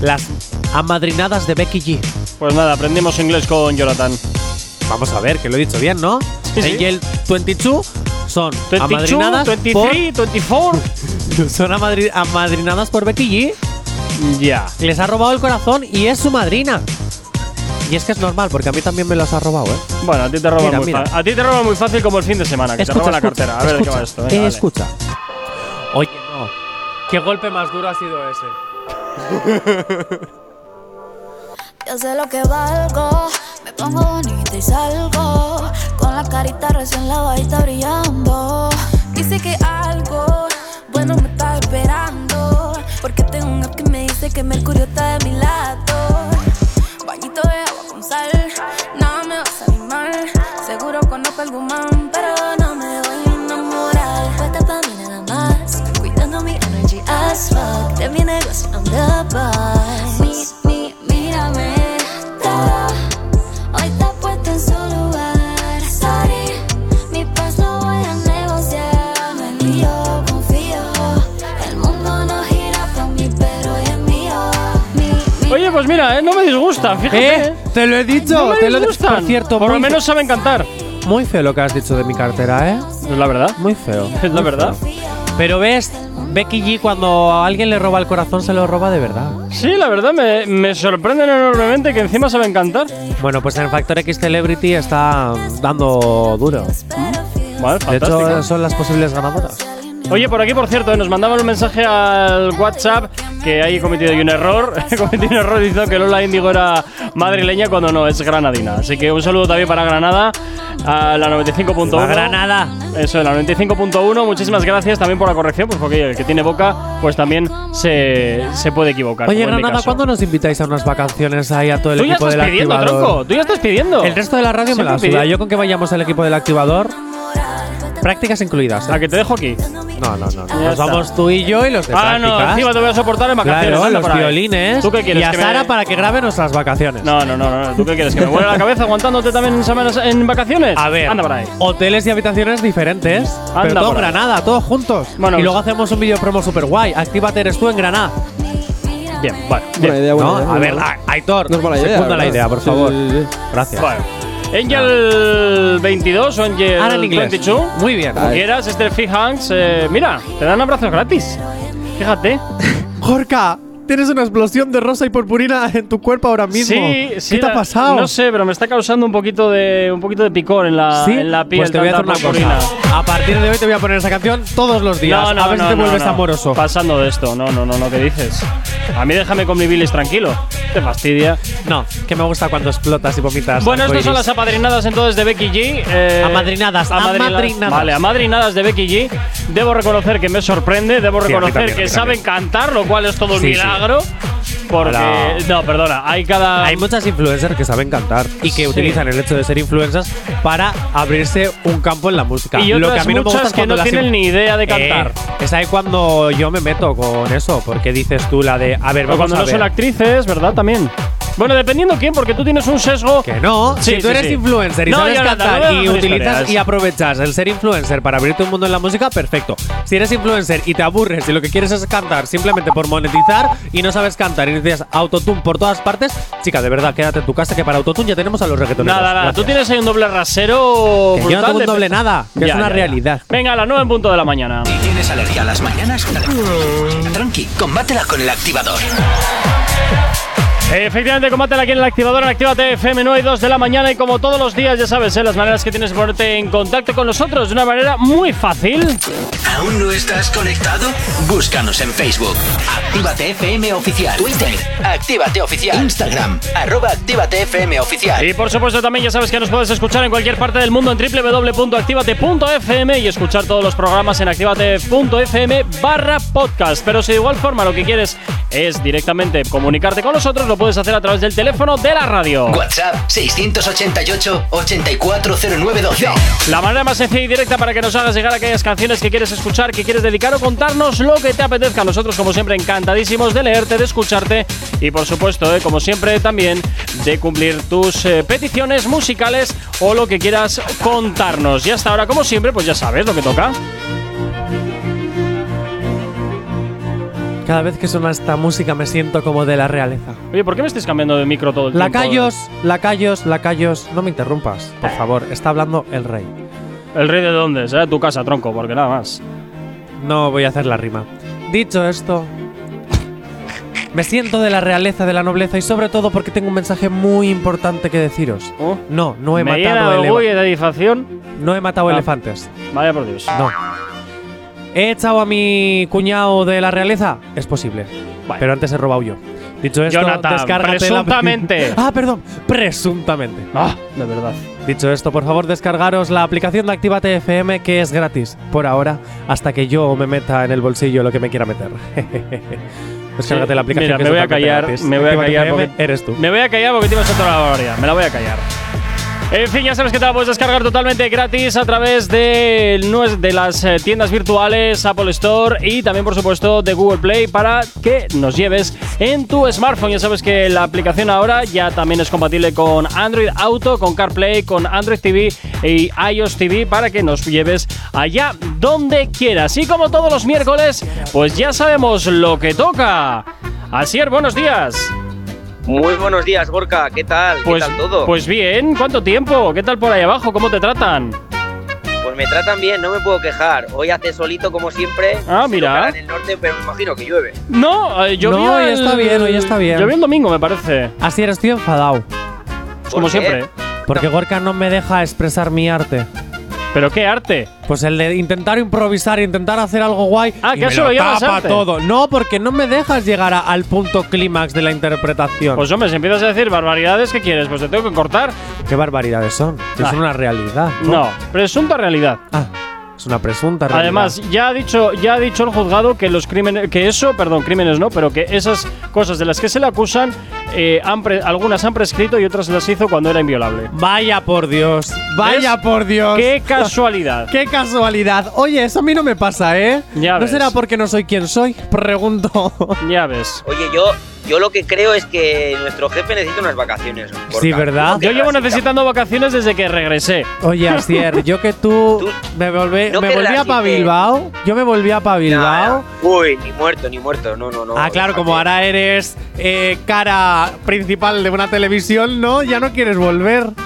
S3: las amadrinadas de Becky G.
S2: Pues nada, aprendimos inglés con Jonathan.
S3: Vamos a ver, que lo he dicho bien, ¿no?
S2: Sí, sí.
S3: Angel22 son
S2: 22,
S3: amadrinadas
S2: 23, 24.
S3: por son amadri- amadrinadas por Becky G.
S2: Ya.
S3: Les ha robado el corazón y es su madrina. Y es que es normal, porque a mí también me los ha robado, ¿eh?
S2: Bueno, a ti te roban
S3: Mira,
S2: muy
S3: mira.
S2: fácil. A ti te roban muy fácil como el fin de semana, que te roban la cartera. A ver de qué va esto.
S3: escucha,
S2: venga,
S3: eh,
S2: dale.
S3: escucha. Oye, no. ¿Qué golpe más duro ha sido ese?
S6: Yo sé lo que valgo, me pongo bonita y salgo Con la carita recién lavadita brillando Dice que algo bueno me está esperando Porque tengo un app que me dice que Mercurio está de mi lado Bañito de agua con sal, nada me va a salir mal Seguro conozco algún man, pero no me voy a enamorar Puesta pa' mí nada más, cuidando mi energy as fuck De mi negocio I'm the boss mi, mírame. Todo hoy está puesto en su lugar. Sorry, mi paz no voy a negociar. No en mí yo confío. El mundo no gira por mí, pero es mío. Mi, mi-
S2: Oye, pues mira, eh, no me disgusta, fíjate.
S3: ¿Eh? Te lo he dicho.
S2: No me
S3: te lo he
S2: disgustan.
S3: Por cierto,
S2: por lo
S3: muy fe-
S2: menos saben cantar.
S3: Muy feo lo que has dicho de mi cartera, ¿eh?
S2: Es la verdad.
S3: Muy feo.
S2: Es la verdad.
S3: Pero ves, Becky G cuando a alguien le roba el corazón se lo roba de verdad.
S2: Sí, la verdad, me, me sorprenden enormemente que encima saben cantar.
S3: Bueno, pues en Factor X Celebrity está dando duro.
S2: Vale,
S3: De
S2: fantástico.
S3: hecho, son las posibles ganadoras.
S2: Oye, por aquí, por cierto, eh, nos mandaban un mensaje al WhatsApp que ahí he cometido yo un error. He cometido un error diciendo que Lola Índigo era madrileña cuando no, es granadina. Así que un saludo también para Granada, a la 95.1.
S3: ¡La Granada!
S2: Eso, la 95.1, muchísimas gracias también por la corrección, pues porque el que tiene boca, pues también se, se puede equivocar.
S3: Oye,
S2: como en mi
S3: Granada,
S2: caso.
S3: ¿cuándo nos invitáis a unas vacaciones ahí a todo el
S2: Tú ya
S3: equipo
S2: estás
S3: del
S2: pidiendo,
S3: activador?
S2: tronco, tú ya estás pidiendo.
S3: El resto de la radio me
S2: Siempre
S3: la suda.
S2: pidiendo.
S3: Yo con que vayamos al equipo del activador, prácticas incluidas. ¿eh?
S2: A Ah, que te dejo aquí.
S3: No, no, no.
S2: Ya
S3: Nos
S2: está.
S3: vamos tú y yo y los de
S2: Ah, no,
S3: prácticas.
S2: encima te voy a soportar en vacaciones.
S3: Claro,
S2: anda
S3: los
S2: por ahí.
S3: violines.
S2: ¿Tú qué quieres?
S3: Y a
S2: que me-
S3: Sara para que grabe nuestras vacaciones.
S2: No, no, no, no, no. ¿Tú qué quieres? ¿Que me vuele la cabeza aguantándote también en, semanas, en vacaciones?
S3: A ver,
S2: Anda por ahí.
S3: hoteles y habitaciones diferentes. pero
S2: Anda
S3: todo
S2: por ahí.
S3: Granada, todos juntos.
S2: Bueno,
S3: y luego
S2: pues-
S3: hacemos un vídeo promo super guay. Actívate, eres tú en Granada.
S2: Bien, vale.
S4: Buena idea, buena
S3: ¿No?
S4: idea.
S3: A ver, a- Aitor,
S4: No es mala idea,
S3: secunda la
S4: ¿verdad?
S3: idea, por
S4: Sí,
S3: favor.
S4: sí, sí.
S3: Gracias.
S2: Vale. Angel 22 o Angel
S3: Ahora en inglés.
S2: 22.
S3: Muy bien.
S2: Como quieras, este es Free Hanks. eh, mira, te dan abrazos gratis. Fíjate.
S3: Jorka, tienes una explosión de rosa y purpurina en tu cuerpo ahora mismo.
S2: Sí, sí.
S3: ¿Qué te ha
S2: la-
S3: pasado?
S2: No sé, pero me está causando un poquito de, un poquito de picor en la,
S3: ¿Sí?
S2: en la piel.
S3: pues te voy a hacer
S2: tanta
S3: una
S2: purpurina.
S3: cosa. A partir de hoy te voy a poner esa canción todos los días.
S2: No, no,
S3: a ver
S2: no,
S3: si te
S2: no,
S3: vuelves
S2: no.
S3: amoroso.
S2: Pasando de esto, no, no, no, no, ¿qué dices? A mí déjame con mi bilis tranquilo. Te fastidia.
S3: No, que me gusta cuando explotas y vomitas.
S2: Bueno, estas
S3: arcoiris.
S2: son las apadrinadas entonces de Becky G. eh,
S3: Amadrinadas, amadrinadas.
S2: Vale, amadrinadas de Becky G. Debo reconocer que me sorprende, debo
S3: Sí, a mí
S2: reconocer
S3: también, a mí
S2: que
S3: también.
S2: saben cantar, lo cual es todo un
S3: Sí, sí.
S2: milagro. Porque.
S3: Hola.
S2: No, perdona, hay cada.
S3: Hay muchas influencers que saben cantar y que
S2: ah. Sí.
S3: utilizan el hecho de ser influencers para abrirse un campo en la música.
S2: y
S3: Lo que a
S2: otras
S3: mí no me gusta
S2: muchas
S3: es
S2: que
S3: cuando
S2: no
S3: las
S2: tienen
S3: in-
S2: ni idea de cantar.
S3: Eh, es ahí cuando yo me meto con eso, porque dices tú la de, a ver,
S2: o
S3: vamos
S2: cuando
S3: a
S2: no
S3: ver.
S2: son actrices, ¿verdad? También. Bueno, dependiendo quién, porque tú tienes un sesgo.
S3: que no,
S2: Sí,
S3: si
S2: sí,
S3: tú eres
S2: sí.
S3: influencer y
S2: No,
S3: sabes
S2: Yolanda, no
S3: cantar
S2: me
S3: y
S2: hagas
S3: utilizas
S2: historias.
S3: y aprovechas el ser influencer para abrirte un mundo en la música, perfecto. Si eres influencer y te aburres y lo que quieres es cantar simplemente por monetizar y no sabes cantar y necesitas autotune por todas partes, chica, de verdad, quédate en tu casa que para autotune ya tenemos a los reggaetoneros.
S2: Nada, nada. Tú
S3: Gracias.
S2: tienes ahí un doble rasero.
S3: Que yo no
S2: brutal
S3: tengo un
S2: de-
S3: doble nada, que es una realidad.
S2: Venga, a las 9 en punto de la mañana.
S1: Si tienes alergia a las mañanas, dale. tranqui, combátela con el activador.
S2: Efectivamente, combátela aquí en el activador en Actívate FM 9 y 2 de la mañana y como todos los días ya sabes ¿eh? las maneras que tienes de ponerte en contacto con nosotros de una manera muy fácil.
S1: ¿Aún no estás conectado? Búscanos en Facebook. Actívate FM Oficial. Twitter. Actívate Oficial. Instagram. Arroba Actívate FM Oficial.
S2: Y por supuesto también ya sabes que nos puedes escuchar en cualquier parte del mundo en www.activate.fm y escuchar todos los programas en activate.fm barra podcast. Pero si de igual forma lo que quieres es directamente comunicarte con nosotros, lo puedes hacer a través del teléfono de la radio.
S1: WhatsApp 688-840912.
S2: La manera más sencilla y directa para que nos hagas llegar aquellas canciones que quieres escuchar, que quieres dedicar o contarnos lo que te apetezca. Nosotros, como siempre, encantadísimos de leerte, de escucharte y, por supuesto, eh, como siempre, también de cumplir tus eh, peticiones musicales o lo que quieras contarnos. Y hasta ahora, como siempre, pues ya sabes lo que toca.
S3: Cada vez que suena esta música me siento como de la realeza.
S2: Oye, ¿por qué me estés cambiando de micro todo el tiempo?
S3: Lacayos, lacayos, lacayos, no me interrumpas, por
S2: Eh.
S3: favor, está hablando el rey.
S2: ¿El rey de dónde? es, eh? Tu casa, tronco, porque nada más.
S3: No voy a hacer la rima. Dicho esto, me siento de la realeza, de la nobleza y sobre todo porque tengo un mensaje muy importante que deciros.
S2: Oh.
S3: No, no he
S2: Me llena
S3: matado
S2: de
S3: ele-
S2: orgullo y de satisfacción.
S3: no he matado
S2: Ah.
S3: elefantes.
S2: Vaya por Dios.
S3: No. ¿He echado a mi cuñado de la realeza? Es posible.
S2: Vale.
S3: Pero antes he robado yo. Dicho esto,
S2: Jonathan,
S3: descárgate
S2: presuntamente.
S3: La... ah, perdón. Presuntamente.
S2: Ah, de verdad.
S3: Dicho esto, por favor, descargaros la aplicación de Actívate FM que es gratis por ahora hasta que yo me meta en el bolsillo lo que me quiera meter. Descárgate
S2: Sí,
S3: la aplicación
S2: mira,
S3: que
S2: me
S3: es
S2: voy a
S3: totalmente
S2: callar,
S3: gratis.
S2: me voy a
S3: Actívate
S2: callar
S3: FM,
S2: porque-
S3: eres tú.
S2: Me voy a callar porque te ibas a toda la barbaridad. Me la voy a callar. En fin, ya sabes que te la puedes descargar totalmente gratis a través de, nues- de las eh, tiendas virtuales Apple Store y también, por supuesto, de Google Play para que nos lleves en tu smartphone. Ya sabes que la aplicación ahora ya también es compatible con Android Auto, con CarPlay, con Android TV y iOS TV para que nos lleves allá donde quieras. Y como todos los miércoles, pues ya sabemos lo que toca. Asier, buenos días.
S7: Muy buenos días, Gorka. ¿Qué tal?
S2: Pues,
S7: ¿Qué tal todo?
S2: pues bien, ¿cuánto tiempo? ¿Qué tal por ahí abajo? ¿Cómo te tratan?
S7: Pues me tratan bien, no me puedo quejar. Hoy hace solito, como siempre.
S2: Ah,
S7: Se
S2: mira.
S7: tocará En el norte, pero me imagino que llueve.
S2: No, eh, llovió.
S3: No, hoy
S2: el-
S3: está bien, hoy está bien.
S2: Llovió el domingo, me parece.
S3: Así eres, estoy enfadado.
S2: Pues como
S7: ¿Por qué?
S2: siempre.
S3: Porque Gorka no me deja expresar mi arte.
S2: Pero qué arte.
S3: Pues el de intentar improvisar, intentar hacer algo guay.
S2: Ah,
S3: y
S2: que
S3: me
S2: eso
S3: lo
S2: lo llamas
S3: tapa
S2: arte.
S3: todo. No, porque no me dejas llegar a- al punto clímax de la interpretación.
S2: Pues hombre, si empiezas a decir barbaridades, ¿qué quieres? Pues te tengo que cortar.
S3: Qué barbaridades son. Que
S2: Ah.
S3: Son una realidad.
S2: No, presunta realidad.
S3: Ah, es una presunta realidad.
S2: Además, ya ha dicho, ya ha dicho el juzgado que los crímenes, que eso, perdón, crímenes no, pero que esas cosas de las que se le acusan, eh, han pre- algunas han prescrito y otras las hizo cuando era inviolable.
S3: Vaya por Dios. Vaya
S2: ¿Ves?
S3: por Dios.
S2: Qué casualidad.
S3: Qué casualidad. Oye, eso a mí no me pasa, ¿eh?
S2: Ya
S3: ¿No
S2: ves.
S3: será porque no soy quien soy? Pregunto.
S2: Ya ves.
S7: Oye, yo, yo lo que creo es que nuestro jefe necesita unas vacaciones. Gorka.
S3: Sí, ¿verdad?
S7: ¿No
S2: Yo llevo
S7: querrás ir a-
S2: necesitando vacaciones desde que regresé.
S3: Oye, Asier, yo que tú,
S7: Tú-
S3: me, volví,
S7: ¿no
S3: me volvía
S7: querrás
S3: para
S7: irte?
S3: Bilbao. Yo me volvía para Bilbao.
S7: Nada. Uy, ni muerto, ni muerto. No, no, no.
S3: Ah, claro, como
S7: déjate.
S3: ahora eres eh, cara principal de una televisión, ¿no? Ya no quieres volver.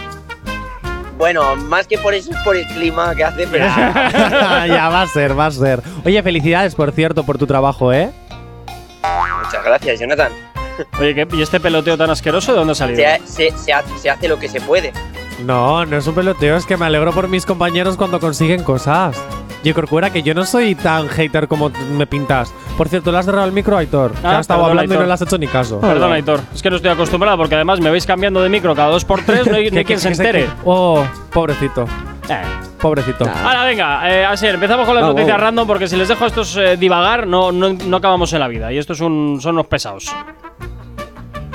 S7: Bueno, más que por eso es por el clima que hace, pero.
S3: ya va a ser, va a ser. Oye, felicidades, por cierto, por tu trabajo, ¿eh?
S7: Muchas gracias, Jonathan.
S2: Oye, ¿qué- ¿y este peloteo tan asqueroso de dónde ha salido?
S7: Se, ha- se- se ha- se hace lo que se puede.
S3: No, no es un peloteo, es que me alegro por mis compañeros cuando consiguen cosas. Yo Corcuera, que yo no soy tan hater como t- me pintas. Por cierto, le has cerrado el micro, Aitor. que
S2: Ah,
S3: ha estado
S2: perdón,
S3: hablando y
S2: Aitor.
S3: no le has hecho ni caso.
S4: Ah,
S2: Perdón, Aitor. Es que no estoy acostumbrado porque además me vais cambiando de micro cada dos por tres, no hay, no hay
S3: Que-
S2: quien se
S3: que- que-
S2: entere.
S3: Oh, pobrecito,
S2: Eh.
S3: pobrecito.
S2: Ahora, venga, eh, así empezamos con las
S4: Ah,
S2: noticias
S4: wow.
S2: random porque si les dejo a estos eh, divagar, no, no, no acabamos en la vida. Y estos son, son unos pesados.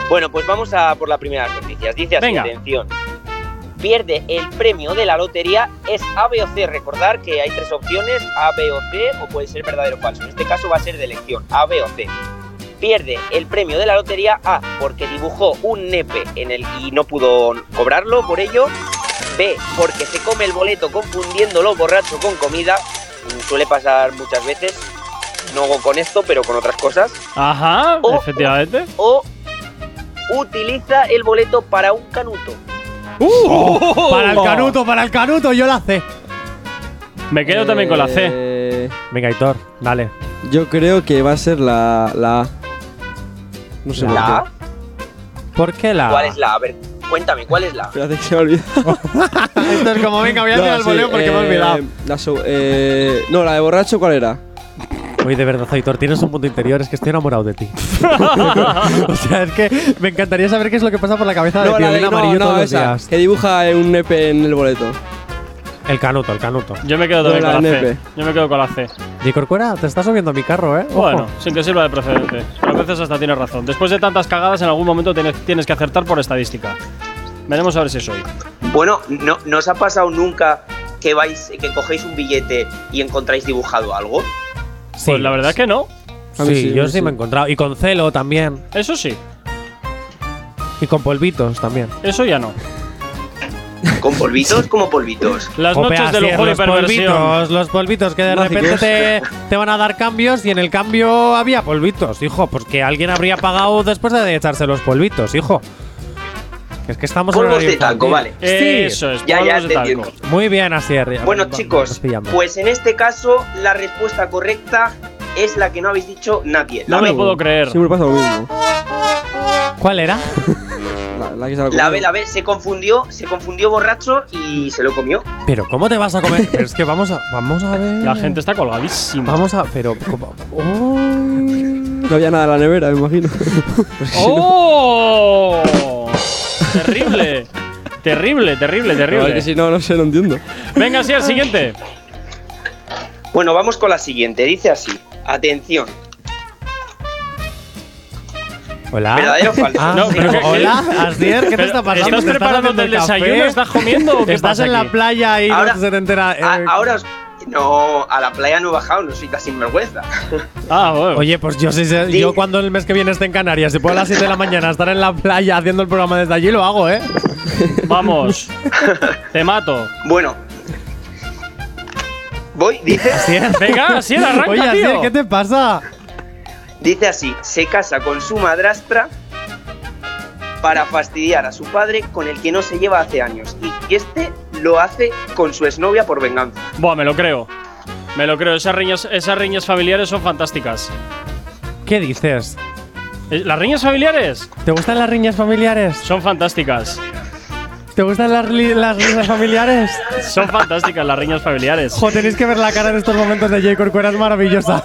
S7: Bueno, pues vamos a por la primera noticia. Dice así,
S2: Venga.
S7: atención. Pierde el premio de la lotería, es A, B o C. Recordar que hay tres opciones, A, B o C, o puede ser verdadero o falso. En este caso va a ser de elección, A, B o C. Pierde el premio de la lotería A, porque dibujó un nepe en el y no pudo cobrarlo por ello. B, porque se come el boleto confundiéndolo borracho con comida. Mm, Suele pasar muchas veces, no con esto, pero con otras cosas
S2: Ajá,
S7: Oh.
S2: efectivamente.
S7: o utiliza el boleto para un canuto.
S2: ¡Uh!
S3: Para el canuto, para el canuto, yo la sé.
S2: Me quedo también con la
S4: Eh,
S2: C.
S4: C.
S3: Venga, Aitor, dale.
S4: Yo creo que va a ser la, la A. No sé por
S7: ¿La?
S4: qué.
S3: ¿Por qué la.?
S7: ¿Cuál es la? A ver, cuéntame, ¿cuál es la?
S4: Espérate que se me ha olvidado.
S3: Esto es como, venga, voy a
S4: No,
S3: tirar al
S4: sí,
S3: voleo porque me he
S4: eh,
S3: olvidado.
S4: la seg- eh, no, la de borracho, ¿cuál era?
S3: Uy, de verdad, Aitor, tienes un punto interior, es que estoy enamorado de ti. o sea, es que me encantaría saber qué es lo que pasa por la cabeza de
S4: no, la
S3: Piolín
S4: de no,
S3: Amarillo todos
S4: no,
S3: los
S4: esa.
S3: días.
S4: Que dibuja eh, un nepe en el boleto.
S3: El canuto, el canuto.
S2: Yo me quedo también
S4: la
S2: con la
S4: NP.
S2: C. Yo me quedo con la C.
S3: Y Corcuera, te estás subiendo a mi carro, ¿eh? Ojo.
S2: Bueno, sin que sirva de precedente. Pero a veces hasta tienes razón. Después de tantas cagadas, en algún momento tienes, tienes que acertar por estadística. Veremos a ver si soy.
S7: Bueno, no, ¿no os ha pasado nunca que vais, que cogéis un billete y encontráis dibujado algo?
S3: Sí.
S2: Pues la verdad es que no.
S4: A
S3: Sí,
S4: mí sí, a
S3: yo
S4: mí
S3: sí, me he
S4: sí.
S3: encontrado. Y con celo también.
S2: Eso sí.
S3: Y con polvitos también.
S2: Eso ya no.
S7: ¿Con polvitos? como polvitos?
S2: Las
S3: Jope,
S2: noches de
S3: así es,
S2: lujuria y
S3: los
S2: perversión.
S3: polvitos, los polvitos que de
S4: Nazi,
S3: repente
S4: ¿qué
S3: te, te van a dar cambios y en el cambio había polvitos, hijo. Pues que alguien habría pagado después de echarse los polvitos, hijo. Es que estamos en
S7: Polvos
S3: horario
S7: de talco,
S3: infantil.
S7: vale.
S3: Sí.
S2: Eso es,
S7: Ya, ya,
S2: polvos de
S7: te
S2: talco.
S7: entiendo.
S3: Muy bien, Asier.
S7: Bueno,
S3: Vamos
S7: chicos,
S3: pillando.
S7: pues en este caso la respuesta correcta es la que no habéis dicho nadie.
S2: No
S7: La
S2: me lo
S7: B,
S2: puedo creer.
S4: Siempre pasa lo mismo.
S3: ¿Cuál era?
S4: La, la que se la
S7: la
S4: comió.
S7: B, la B, se confundió, se confundió borracho y se lo comió.
S3: Pero ¿cómo te vas a comer? Pero es que vamos a, vamos a ver.
S2: La gente está colgadísima.
S3: Vamos a, pero ¿cómo? Uy.
S4: No había nada en la nevera, me imagino.
S2: ¡Oh! terrible. Terrible, terrible,
S4: No, es
S2: terrible.
S4: que si no, no sé, no entiendo.
S2: Venga, sí, al siguiente.
S7: Bueno, vamos con la siguiente. Dice así. Atención.
S3: Hola.
S7: ¿Verdadero o falso?
S3: Ah,
S2: No, pero
S3: sí.
S2: ¿qué-
S3: hola, Asier, ¿qué te
S2: Pero,
S3: está pasando?
S2: ¿Estás
S3: ¿Te
S2: preparándote
S3: haciendo
S2: el
S3: café?
S2: desayuno? ¿Estás comiendo o qué
S3: Estás
S2: pasa
S3: en la
S2: aquí?
S3: playa y
S7: Ahora-
S3: no se te entera. eh,
S7: A- ahora os. No, a la playa no he bajado, no soy casi sinvergüenza.
S2: Ah, bueno.
S3: Oye, pues yo, sí sé-
S7: Sí.
S3: yo cuando el mes que viene esté en Canarias, si puedo a las 7 de la mañana estar en la playa haciendo el programa desde allí, lo hago, ¿eh?
S2: Vamos. Te mato.
S7: Bueno. Voy, dice,
S3: Asier.
S2: Venga, Asier, arranca,
S3: Oye, Asier,
S2: tío.
S3: ¿qué te pasa?
S7: dice así, se casa con su madrastra para fastidiar a su padre con el que no se lleva hace años. Y este lo hace con su exnovia por venganza.
S2: Buah, me lo creo. Me lo creo. Esas riñas, esas riñas familiares son fantásticas.
S3: ¿Qué dices?
S2: Eh, ¿Las riñas familiares?
S3: ¿Te gustan las riñas familiares?
S2: Son fantásticas.
S3: ¿Te gustan las, li- las riñas familiares?
S2: Son fantásticas las riñas familiares.
S3: Jo, tenéis que ver la cara en estos momentos de J. Corcuera, es maravillosa.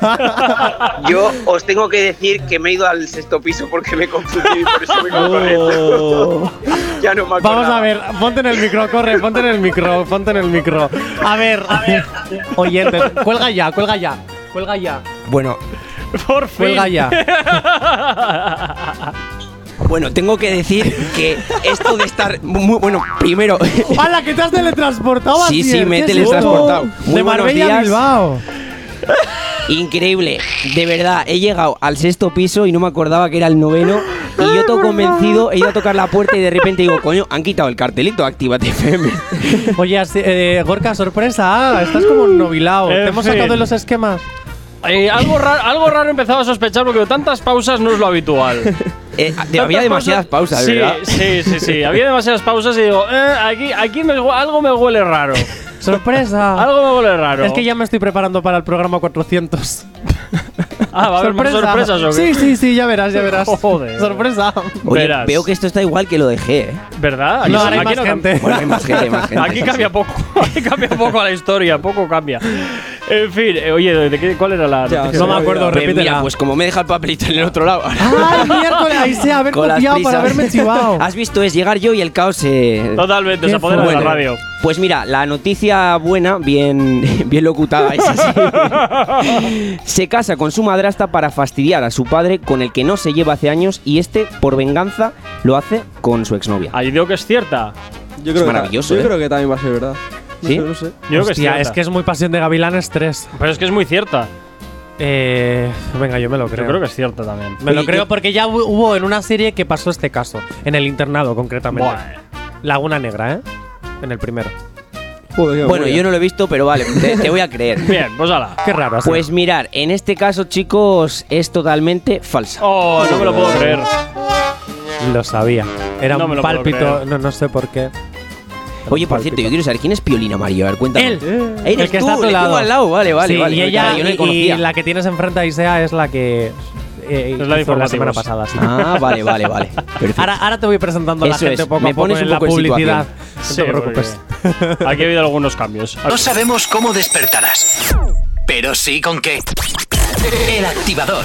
S7: Yo os tengo que decir que me he ido al sexto piso porque me confundí y por eso me compré. ya no me acordaba.
S3: Oh. Vamos a ver, ponte en el micro, corre, ponte en el micro, ponte en el micro. A ver, a ver. Oyente, cuelga ya, cuelga ya, cuelga ya,
S8: Bueno,
S2: Por fin.
S3: cuelga ya.
S8: bueno, tengo que decir que esto de estar muy bueno, primero
S3: ¡Hala, que te has teletransportado!
S8: Sí,
S3: Asier!
S8: sí, me he
S3: ¿Qué es esto?
S8: teletransportado. Muy
S3: De
S8: buenos
S3: Marbella a
S8: días.
S3: Bilbao.
S8: Increíble, de verdad, he llegado al sexto piso y no me acordaba que era el noveno. Y yo todo convencido, he ido a tocar la puerta y de repente digo, coño, han quitado el cartelito, actívate FM.
S3: Oye, Asi- eh, Gorka, sorpresa, ah, estás como un novilao.
S2: En
S3: Te hemos
S2: fin.
S3: sacado de los esquemas.
S2: Eh, algo, raro, algo raro he empezado a sospechar porque tantas pausas no es lo habitual.
S8: Eh, de- había
S2: Tantas
S8: demasiadas pausas,
S2: sí,
S8: de ¿verdad?
S2: Sí, sí, sí. Había demasiadas pausas y digo, eh, aquí, aquí me hue- algo me huele raro.
S3: Sorpresa.
S2: Algo me huele raro.
S3: Es que ya me estoy preparando para el programa 400.
S2: Ah, va a haber más sorpresas o qué?
S3: Sí, sí, sí, ya verás, ya verás.
S2: Joder.
S3: Sorpresa.
S8: Oye,
S2: Verás.
S8: veo que esto está igual que lo dejé, ¿eh?
S2: ¿Verdad?
S3: No, ahora hay más
S2: no cam-
S3: gente.
S8: Bueno, hay más gente, hay más gente.
S2: Aquí cambia poco, aquí cambia poco la historia, poco cambia. En fin, eh, oye, ¿de qué, ¿cuál era la
S4: Ya,
S2: noticia?
S4: sí.
S3: No me acuerdo,
S8: Pues
S3: repítela.
S8: mira, pues como me deja el papelito en el otro lado.
S3: ¡Ay, Ah, miércoles! Ahí se haber
S8: Con las
S3: copiado para
S8: prisas.
S3: haberme chivado.
S8: Has visto, es llegar yo y el caos se.
S2: Totalmente,
S3: Qué
S2: se apodera de la
S8: fuerte.
S2: radio.
S8: Pues mira, la noticia buena, bien, bien locutada, es así. se casa con su madrasta para fastidiar a su padre, con el que no se lleva hace años, y este, por venganza, lo hace con su exnovia.
S2: Ahí digo que es cierta.
S4: Yo creo que ta-
S8: maravilloso,
S4: Yo
S8: ¿eh?
S4: creo que también va a ser verdad. No
S8: ¿Sí?
S4: sé, no sé.
S2: Yo digo que es
S3: Hostia,
S2: cierta.
S3: es que es muy pasión de Gavilanes 3.
S2: Pero es que es muy cierta.
S3: Eh, venga, yo me lo creo.
S2: Yo creo que es cierta también.
S3: Me lo
S8: Oye,
S3: creo
S8: yo-
S3: porque ya hu- hubo en una serie que pasó este caso. En el internado, concretamente.
S2: Buah.
S3: Laguna Negra, ¿eh? En el primero.
S4: Joder, qué
S8: Bueno,
S4: memoria.
S8: yo no lo he visto, pero vale, te, te voy a creer.
S2: Bien, pues ala.
S3: Qué raro. así.
S8: Pues mirar, en este caso, chicos, es totalmente falsa.
S2: Oh, no me lo puedo creer.
S3: lo sabía. Era
S2: No me
S3: un
S2: lo puedo
S3: pálpito.
S2: creer.
S3: No, no sé por qué.
S8: Oye, por cierto, yo quiero saber quién es Piolina Mario. A ver, cuéntame.
S3: Él.
S8: Eh. Eres
S3: el que
S8: tú,
S3: está a tu
S8: eres tú
S3: lado.
S8: al lado. Vale, vale,
S3: Sí,
S8: vale.
S3: Y
S8: Claro,
S3: ella,
S8: yo no le
S3: y- y
S8: conocía.
S3: la que tienes enfrente a Isea es la que eh,
S2: Es la de
S3: hizo la
S2: informativos.
S3: semana pasada. sí.
S8: Ah, vale, vale, vale. Perfecto.
S3: Ahora, ahora te voy presentando a la
S8: Eso
S3: gente
S8: es,
S3: poco
S8: me
S3: a poco
S8: pones
S3: en
S8: un
S3: la
S8: poco en
S3: publicidad.
S2: Sí,
S3: no te preocupes.
S2: porque Aquí ha habido algunos cambios.
S1: No sabemos cómo despertarás, pero sí con qué. El activador.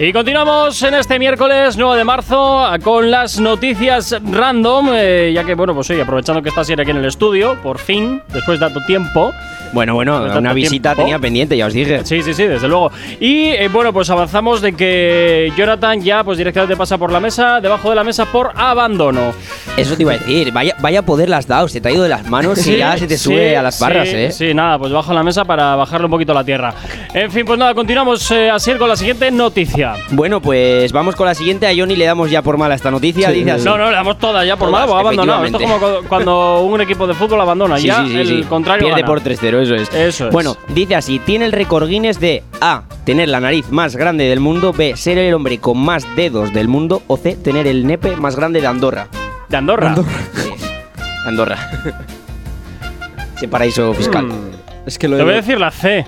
S2: Y continuamos en este miércoles 9 de marzo con las noticias random, eh, ya que, bueno, pues sí, aprovechando que estás Sierra aquí en el estudio, por fin, después de tanto tiempo.
S8: Bueno, bueno,
S2: tanto
S8: una visita
S2: tiempo.
S8: tenía pendiente, ya os dije.
S2: Sí, sí, sí, desde luego. Y eh, bueno, pues avanzamos de que Jonathan ya, pues directamente pasa por la mesa, debajo de la mesa por abandono.
S8: Eso te iba a decir. Vaya, vaya poder las dado, se te ha ido de las manos y ya se te
S2: sí,
S8: sube a las
S2: sí,
S8: barras, ¿eh?
S2: Sí, nada, pues bajo la mesa para bajarle un poquito la tierra. En fin, pues nada, continuamos eh, así con la siguiente noticia.
S8: Bueno, pues vamos con la siguiente. A Johnny le damos ya por mala esta noticia. dice así.
S2: No, no, le damos todas ya por
S8: Todas,
S2: mal, pues ha abandonado. Esto es como
S8: efectivamente.
S2: cu- cuando un equipo de fútbol abandona,
S8: Sí,
S2: ya
S8: sí, sí,
S2: el
S8: sí.
S2: contrario
S8: Pierde
S2: gana.
S8: por 3-0, eso es.
S2: Eso es.
S8: Bueno, dice así: tiene el récord Guinness de A. Tener la nariz más grande del mundo. B. Ser el hombre con más dedos del mundo. O C. Tener el nepe más grande de Andorra.
S2: De Andorra.
S8: Sí. Andorra. Ese paraíso fiscal.
S2: Mm.
S4: Es que lo
S2: Te voy a
S4: de.
S2: decir la C.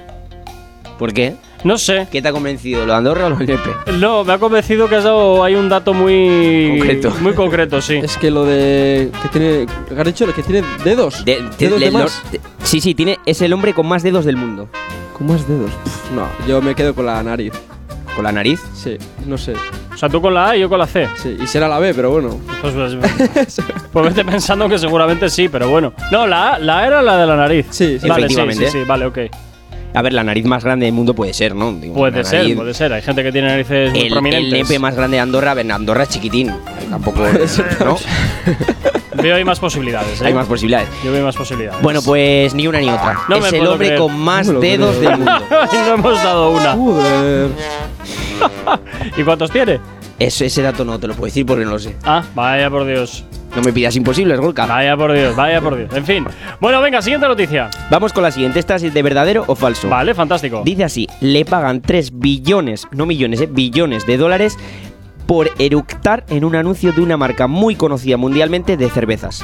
S8: ¿Por qué?
S2: No sé.
S8: ¿Qué te ha convencido? ¿Lo de Andorra o lo del nepe?
S2: No, me ha convencido que has dado, hay un dato muy
S8: Concreto.
S2: Muy concreto, sí.
S4: Es que lo de. Que tiene. ¿Qué has dicho? Que tiene dedos.
S8: De- te-
S4: dedos
S8: le-
S4: de
S8: lo-
S4: más.
S8: te- sí, sí, tiene, es el hombre con más dedos del mundo.
S4: ¿Con más dedos? Pff, no, yo me quedo con la nariz.
S8: Con la nariz.
S4: Sí, no sé.
S2: O sea, tú con la A y yo con la C.
S4: Sí, y será la B, pero bueno.
S2: Pues, pues- pues vete pensando que seguramente sí, pero bueno. No, la A, la A era la de la nariz.
S4: Sí, sí.
S2: vale, sí, sí,
S8: Efectivamente.
S2: sí, vale, ok.
S8: A ver, la nariz más grande del mundo puede ser, ¿no? Digo,
S2: Puede
S8: la
S2: ser,
S8: nariz-
S2: puede ser. Hay gente que tiene narices muy
S8: El, el
S2: prominentes.
S8: nepe más grande de Andorra, a ver, Andorra es chiquitín. Tampoco. ¿no?
S2: Veo ahí más posibilidades. ¿eh?
S8: Hay más posibilidades.
S2: Yo veo más posibilidades.
S8: Bueno, pues ni una ni otra.
S2: No me
S8: es el
S2: puedo
S8: hombre
S2: creer.
S8: con más
S4: No me lo
S8: dedos
S4: creo.
S8: del mundo.
S2: no hemos dado una.
S8: Uh.
S4: Joder.
S2: ¿Y cuántos tiene?
S8: Eso, ese dato no te lo puedo decir porque no lo sé.
S2: Ah, vaya por Dios.
S8: No me pidas imposibles, Golka.
S2: Vaya por Dios, vaya por Dios. En fin. Bueno, venga, siguiente noticia.
S8: Vamos con la siguiente. ¿Esta es de verdadero o falso?
S2: Vale, fantástico.
S8: Dice así, le pagan 3 billones, no millones, eh, billones de dólares por eructar en un anuncio de una marca muy conocida mundialmente de cervezas.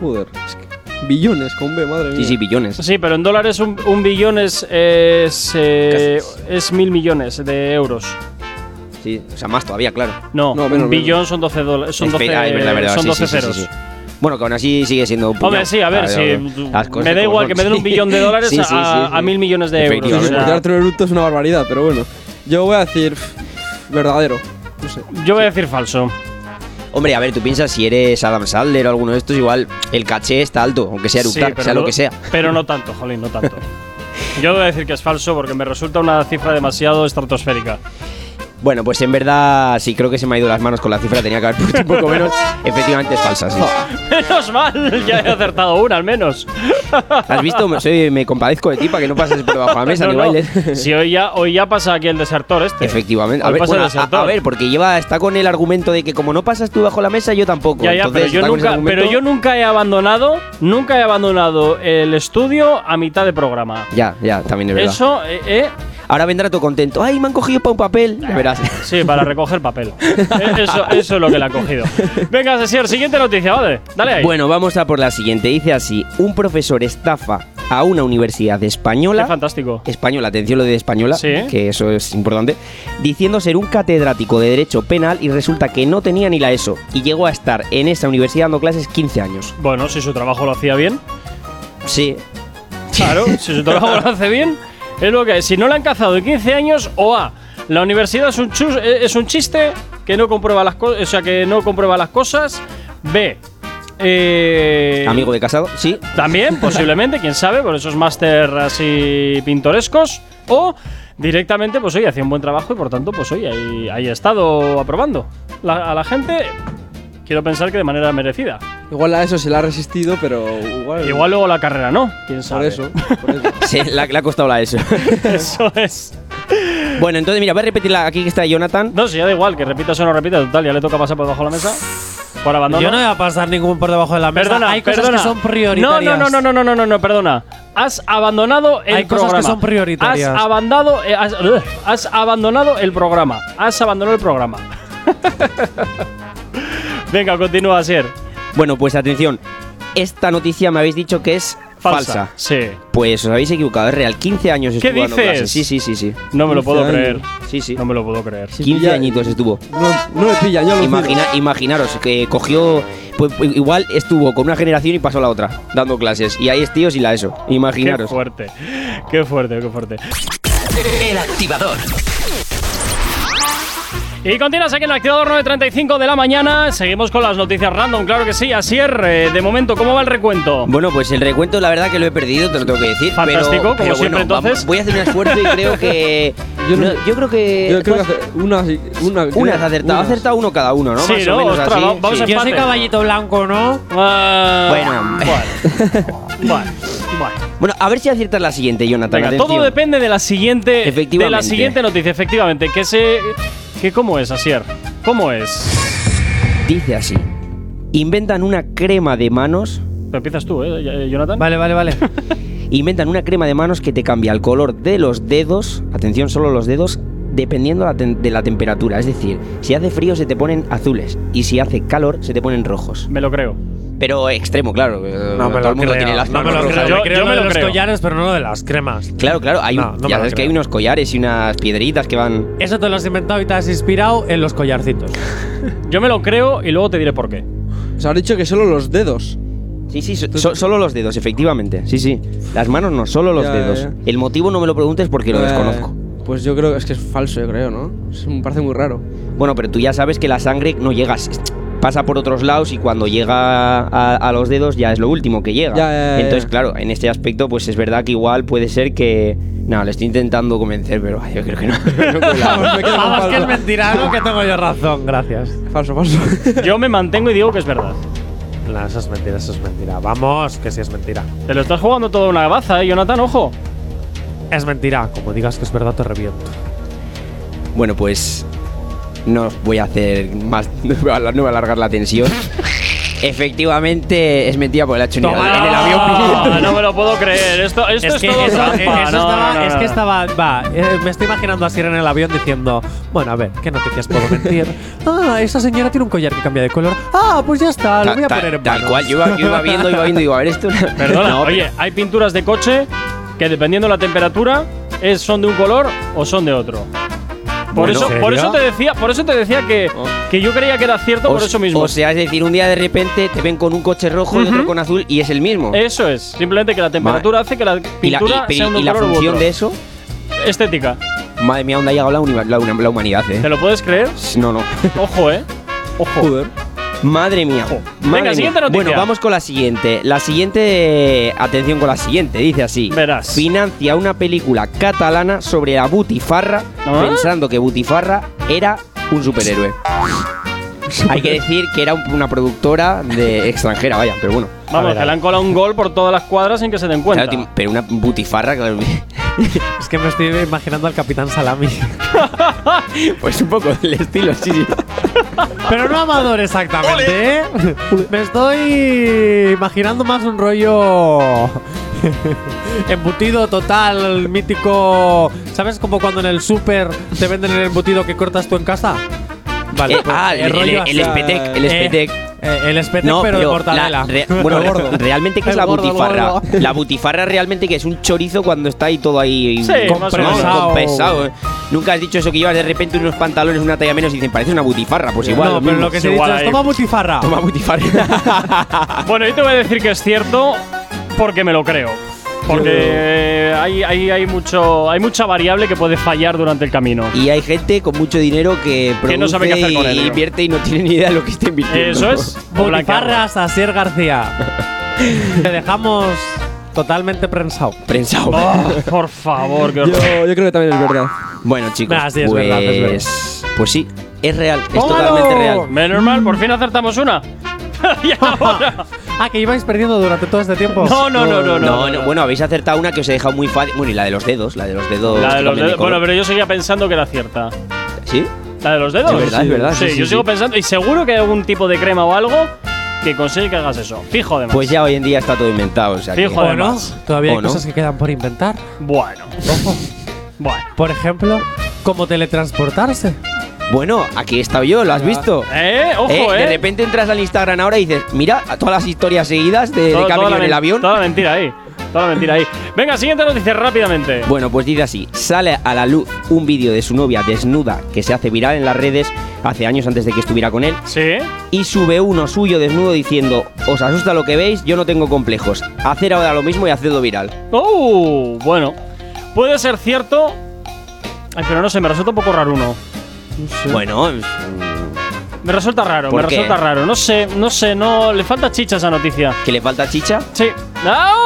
S4: Joder. Es que billones con B, madre mía.
S8: Sí, sí, billones.
S2: Sí, pero en dólares un, un billón es, es, eh, es mil millones de euros.
S8: Sí, o sea, más todavía, claro.
S2: No,
S4: No,
S2: un
S4: menos,
S2: billón son 12 dólares. Son 12,
S8: Espera, es verdad, es verdad,
S2: son
S8: sí,
S2: 12
S8: sí, sí, sí,
S2: ceros.
S8: sí. Bueno, que aún así sigue siendo un
S2: Hombre,
S8: puñado.
S2: sí, a ver,
S8: Claro,
S2: si
S8: las cosas
S2: me da
S8: como
S2: igual
S8: son.
S2: que me den un billón de dólares
S8: Sí, sí, sí,
S2: a,
S8: sí.
S2: a mil millones de euros.
S4: Sí, sí,
S2: o
S8: Efectivamente.
S2: sea,
S4: porque darte un eructo es una barbaridad, pero bueno. Yo voy a decir. pff, verdadero. No sé.
S2: yo voy a decir falso.
S8: Hombre, a ver, tú piensas si eres Adam Sandler o alguno de estos, igual el caché está alto, aunque sea
S2: Sí,
S8: eructar,
S2: pero
S8: sea lo
S2: no-
S8: que sea.
S2: Pero no tanto, jolín, no tanto. Yo voy a decir que es falso porque me resulta una cifra demasiado estratosférica.
S8: Bueno, pues en verdad sí creo que se me ha ido las manos con la cifra, tenía que haber puesto un poco menos. Efectivamente es falsa, sí.
S2: Menos mal, ya he acertado una al menos.
S8: ¿Has visto? Me, soy- me compadezco de ti para que no pases por debajo de la mesa
S2: Pues No,
S8: ni
S2: no.
S8: bailes.
S2: Si hoy ya, hoy ya pasa aquí el desertor este.
S8: Efectivamente. A
S2: Hoy
S8: ver,
S2: pasa el
S8: bueno, a-
S2: desertor.
S8: a ver, porque lleva, está con el argumento de que como no pasas tú bajo la mesa, yo tampoco.
S2: Ya, ya, pero
S8: Entonces,
S2: yo,
S8: está con ese
S2: nunca, pero
S8: argumento-
S2: yo nunca he abandonado, nunca he abandonado el estudio a mitad de programa.
S8: Ya, ya, también es verdad.
S2: Eso, eh, eh,
S8: Ahora vendrá todo contento. ¡Ay, me han cogido para un papel! Ya verás.
S2: sí, para recoger papel. Eh, eso, eso es lo que le ha cogido. Venga, César, siguiente noticia, vale. Dale ahí.
S8: Bueno, vamos a por la siguiente. Dice así: un profesor estafa a una universidad
S2: Qué
S8: española.
S2: fantástico.
S8: Española, atención lo de española,
S2: Sí.
S8: que eso es importante, diciendo ser un catedrático de Derecho Penal y resulta que no tenía ni la ESO y llegó a estar en esa universidad dando clases 15 años.
S2: Bueno, si su trabajo lo hacía bien,
S8: Sí,
S2: claro, si su trabajo lo hace bien, es lo que es. Si no le han cazado en 15 años, o A, la universidad es un, chus- eh, es un chiste que no comprueba las cosas, o sea, que no comprueba las cosas, B, eh,
S8: amigo de casado, sí,
S2: También, posiblemente, quién sabe, por esos máster así pintorescos. O directamente, pues oye, hacía un buen trabajo y por tanto, pues oye, ahí, ahí he estado aprobando La- a la gente. Quiero pensar que de manera merecida.
S4: Igual a eso se la ha resistido, pero igual.
S2: Igual luego la carrera no, quién
S4: Por
S2: sabe.
S4: eso. Por eso.
S8: Sí, le, ha costado la ESO.
S2: Eso es.
S8: bueno, entonces mira, voy a repetirla aquí que está Jonathan.
S2: No, si ya da igual, que repitas o no repitas, total, ya le toca pasar por debajo de la mesa. Por abandono.
S3: Yo no voy a pasar ningún por debajo de la mesa.
S2: perdona,
S3: Hay cosas
S2: perdona.
S3: que son prioritarias.
S2: No, no, no, no, no, no, no, no, perdona. Has abandonado el
S3: Hay cosas
S2: programa.
S3: que son prioritarias.
S2: Has abandonado, eh, has, ugh, has abandonado el programa. Has abandonado el programa. Venga, continúa, Asier.
S8: Bueno, pues atención. Esta noticia me habéis dicho que es
S2: falsa. Sí.
S8: Pues os habéis equivocado, es real. 15 años
S2: ¿Qué
S8: estuvo dando
S2: dices?
S8: clases. Sí, sí, sí, sí.
S2: No me lo puedo
S4: 15
S2: creer.
S4: años.
S8: Sí, sí.
S2: No me lo puedo creer.
S8: 15
S4: ya-
S8: añitos estuvo.
S4: No, no le pillan, ya lo
S8: Imagina, imaginaros que cogió. Pues, pues, igual estuvo con una generación y pasó a la otra, dando clases. Y ahí es tíos y la eso.
S2: Qué
S8: Imaginaros.
S2: fuerte. Qué fuerte, qué fuerte.
S1: El activador.
S2: Y continúas aquí en el activador 9.35 de la mañana. Seguimos con las noticias random, claro que sí. Asier, eh, de momento, ¿cómo va el recuento?
S8: Bueno, pues el recuento, la verdad que lo he perdido, te lo tengo que decir. pero-
S2: Fantástico, como
S8: pero bueno,
S2: siempre,
S8: vamos,
S2: entonces.
S8: voy a hacer un esfuerzo y creo que.
S4: Yo
S8: Yo,
S4: no-
S8: yo creo que.
S4: Yo creo que hace- una, una,
S8: Una has acertado, ha
S4: unas.
S8: acertado uno cada uno, ¿no?
S2: Sí,
S8: Más
S2: ¿no?
S8: o menos
S2: Ostras,
S8: así.
S2: va- vamos
S8: Sí.
S2: a-
S3: Yo soy
S2: Empate.
S3: caballito blanco, ¿no?
S2: Ah,
S8: Bueno.
S2: bueno, bueno.
S8: Bueno, a ver si aciertas la siguiente, Jonathan.
S2: Venga,
S8: atención.
S2: todo depende de la siguiente de la
S8: Efectivamente.
S2: siguiente noticia, efectivamente, que se que cómo es, Asier? ¿Cómo es?
S8: Dice así: inventan una crema de manos.
S2: Pero empiezas tú, eh, eh, Jonathan.
S3: Vale, vale, vale.
S8: Inventan una crema de manos que te cambia el color de los dedos, atención solo los dedos, dependiendo la tem- de la temperatura. Es decir, si hace frío se te ponen azules y si hace calor se te ponen rojos.
S2: Me lo creo.
S8: Pero extremo, claro. eh,
S3: No me
S8: todo
S3: lo
S8: el mundo
S3: creo.
S8: tiene las
S3: No me
S8: manos
S3: lo
S8: rojas.
S3: creo.
S2: Yo-
S3: Me creo
S2: yo
S3: lo
S2: me
S3: de
S2: lo
S3: los
S2: creo.
S3: collares, pero no lo de las cremas.
S8: Claro, claro. Hay,
S3: No, no me
S8: ya
S3: lo
S8: sabes que hay
S3: creo.
S8: unos collares y unas piedritas que van.
S3: Eso te lo has inventado y te has inspirado en los collarcitos.
S2: Yo me lo creo y luego te diré por qué.
S4: Os han dicho que solo los dedos.
S8: Sí, sí, so- so- solo los dedos, efectivamente. Sí, sí. Las manos no, solo los
S4: Ya,
S8: dedos.
S4: ya.
S8: El motivo no me lo preguntes porque lo
S4: Eh,
S8: desconozco.
S4: Pues yo creo que es que es falso, yo creo, ¿no? Es- me parece muy raro.
S8: Bueno, pero tú ya sabes que la sangre no llega, s- pasa por otros lados y cuando llega a, a los dedos ya es lo último que llega.
S4: Ya, ya, ya,
S8: Entonces,
S4: ya.
S8: claro, en este aspecto, pues es verdad que igual puede ser que. No, le estoy intentando convencer, pero ay, yo creo que no.
S2: Ah,
S4: Vamos, me quedo con
S3: Vamos, que Ah, es
S4: falso.
S3: mentira, ¿no? que tengo yo razón, gracias.
S4: Falso, falso.
S2: Yo me mantengo y digo que es verdad.
S3: No, eso es mentira, eso es mentira. Vamos, que sí es mentira.
S2: Te lo estás jugando todo una baza, eh, Jonathan, ojo.
S3: Es mentira, como digas que es verdad te reviento.
S8: bueno, pues. No os voy a hacer más. No voy a, no voy a alargar la tensión. Efectivamente, es mentira porque la ha hecho en el-
S3: Toma.
S8: en el avión.
S2: Ah, No, no me lo puedo creer. Esto, esto es,
S3: que
S2: todo
S3: eso-
S2: trampa.
S3: eh, eso
S2: No,
S3: estaba,
S2: no, no,
S3: es que
S2: no.
S3: estaba, va, eh, me estoy imaginando así en el avión diciendo, bueno, a ver, ¿qué noticias puedo mentir? ah, esa señora tiene un collar que cambia de color. Ah, pues ya está, lo
S8: Ta-
S3: voy a
S8: ta-
S3: poner en
S8: Tal
S3: manos.
S8: cual, yo iba, yo iba viendo, iba viendo, digo, a ver esto.
S2: Perdona,
S8: No,
S2: oye, hay pinturas de coche que dependiendo de la temperatura es, son de un color o son de otro. Por,
S8: Bueno,
S2: eso,
S3: ¿en
S2: por
S3: serio?
S2: eso te decía, por eso te decía que, que yo creía que era cierto por
S8: O-
S2: eso mismo.
S8: O sea, es decir, un día de repente te ven con un coche rojo y otro con azul y es el mismo.
S2: eso es, simplemente que la temperatura hace que la
S8: y la,
S2: pintura
S8: y-
S2: sea de
S8: y
S2: un
S8: la
S2: color u
S8: función
S2: otro.
S8: de eso,
S2: Estética.
S8: madre mía, ¿dónde ha llegado la, uni- la una- la humanidad,
S2: ¿Te
S8: eh?
S2: lo puedes creer?
S8: No, no.
S2: Ojo, eh. Ojo.
S4: Joder.
S8: Madre mía. madre
S2: Venga,
S8: mía.
S2: siguiente noticia.
S8: Bueno, vamos con la siguiente. La siguiente. Atención con la siguiente, dice así.
S2: Verás.
S8: Financia una película catalana sobre la Butifarra,
S2: ¿Ah?
S8: pensando que Butifarra era un superhéroe. Hay que decir que era un- una productora de extranjera, vaya, pero bueno.
S2: Vamos,
S3: A ver, a
S2: que le
S3: ver.
S2: han colado un gol por todas las cuadras sin que se den cuenta.
S8: Claro, tim- pero una butifarra, claro.
S3: Es que me estoy imaginando al Capitán Salami.
S8: Pues un poco del estilo, sí, sí.
S3: Pero no amador exactamente, ¿eh? Me estoy imaginando más un rollo embutido total, mítico. ¿Sabes como cuando en el súper te venden el embutido que cortas tú en casa? Vale,
S8: Eh,
S3: pues,
S8: ah, el, el,
S3: rollo así.
S8: el espetec, el
S3: Eh,
S8: espetec.
S3: eh, el espetec,
S8: No,
S3: pero, de
S8: pero
S3: mortadela.
S8: la- re- bueno,
S3: El
S8: re-
S3: gordo.
S8: realmente que es
S3: El
S8: la
S3: gordo, el
S8: butifarra.
S3: gordo.
S8: La butifarra realmente que es un chorizo cuando está ahí todo ahí
S2: Sí, más o menos.
S8: compensado. compensado, eh. Nunca has dicho eso que llevas de repente unos pantalones, una talla menos y dicen, parece una butifarra. Pues igual.
S3: no,
S8: lo
S3: pero
S8: mismo.
S3: lo que te he
S2: Igual
S3: dicho es
S2: ahí.
S3: toma butifarra.
S8: Toma butifarra.
S2: Bueno, yo te voy a decir que es cierto porque me lo creo. Porque eh, hay, hay, hay mucho, hay mucha variable que puede fallar durante el camino.
S8: y hay gente con mucho dinero que produce
S2: Que no sabe qué hacer con
S8: y
S2: el dinero.
S8: invierte y no tiene ni idea de lo que está invirtiendo.
S2: Eso es. o blanquearlo.
S3: Butifarras a Asier García. te dejamos totalmente prensado.
S8: Prensado.
S2: Oh, por favor, que
S4: Yo, yo creo que también es verdad.
S8: Bueno, chicos,
S3: Nah, sí, es
S8: pues,
S3: verdad, es verdad.
S8: pues sí, es real, es
S3: ¡Póngalo!
S8: totalmente real.
S2: Menos mal, por fin acertamos una. Y ahora-
S3: Ah, que ibais perdiendo durante todo este tiempo.
S2: No, no, no, no, no.
S8: No, no, bueno, habéis acertado una que os he dejado muy fácil. Bueno, y la de los dedos, la de los dedos.
S2: La
S8: que
S2: de los
S8: cambian de
S2: dedos. Bueno,
S8: color.
S2: pero yo seguía pensando que era cierta.
S8: ¿Sí?
S2: ¿La de los dedos?
S8: Es verdad, es verdad,
S2: Sí,
S8: sí, sí,
S2: yo
S8: sí.
S2: sigo pensando. Y seguro que hay algún tipo de crema o algo que consigue que hagas eso. Fijo, además.
S8: Pues ya hoy en día está todo inventado, o sea que-
S2: Fijo.
S3: ¿O no?
S2: Además.
S3: Todavía hay
S8: ¿O no?
S3: cosas que quedan por inventar.
S2: Bueno. Bueno.
S3: Por ejemplo, cómo teletransportarse.
S8: Bueno, aquí he estado yo, ¿lo has visto?
S2: Eh, ojo, eh.
S8: De repente entras al Instagram ahora y dices, mira a todas las historias seguidas de, de
S2: Todo- toda
S8: Camino
S2: la
S8: en el
S2: men-
S8: avión.
S2: Toda la mentira ahí. toda la mentira ahí. Venga, siguiente noticia rápidamente.
S8: Bueno, pues dice así, sale a la luz un vídeo de su novia desnuda que se hace viral en las redes hace años antes de que estuviera con él
S2: Sí.
S8: y sube uno suyo desnudo diciendo, os asusta lo que veis, yo no tengo complejos, hacer ahora lo mismo y hacedlo viral.
S2: Oh, bueno. Puede ser cierto. Ay, pero no sé, me resulta un poco raro uno.
S8: Bueno, mm,
S2: Me resulta raro, me
S8: ¿Por qué?
S2: resulta raro. No sé, no sé, no. Le falta chicha a esa noticia.
S8: que le falta chicha.
S2: Sí.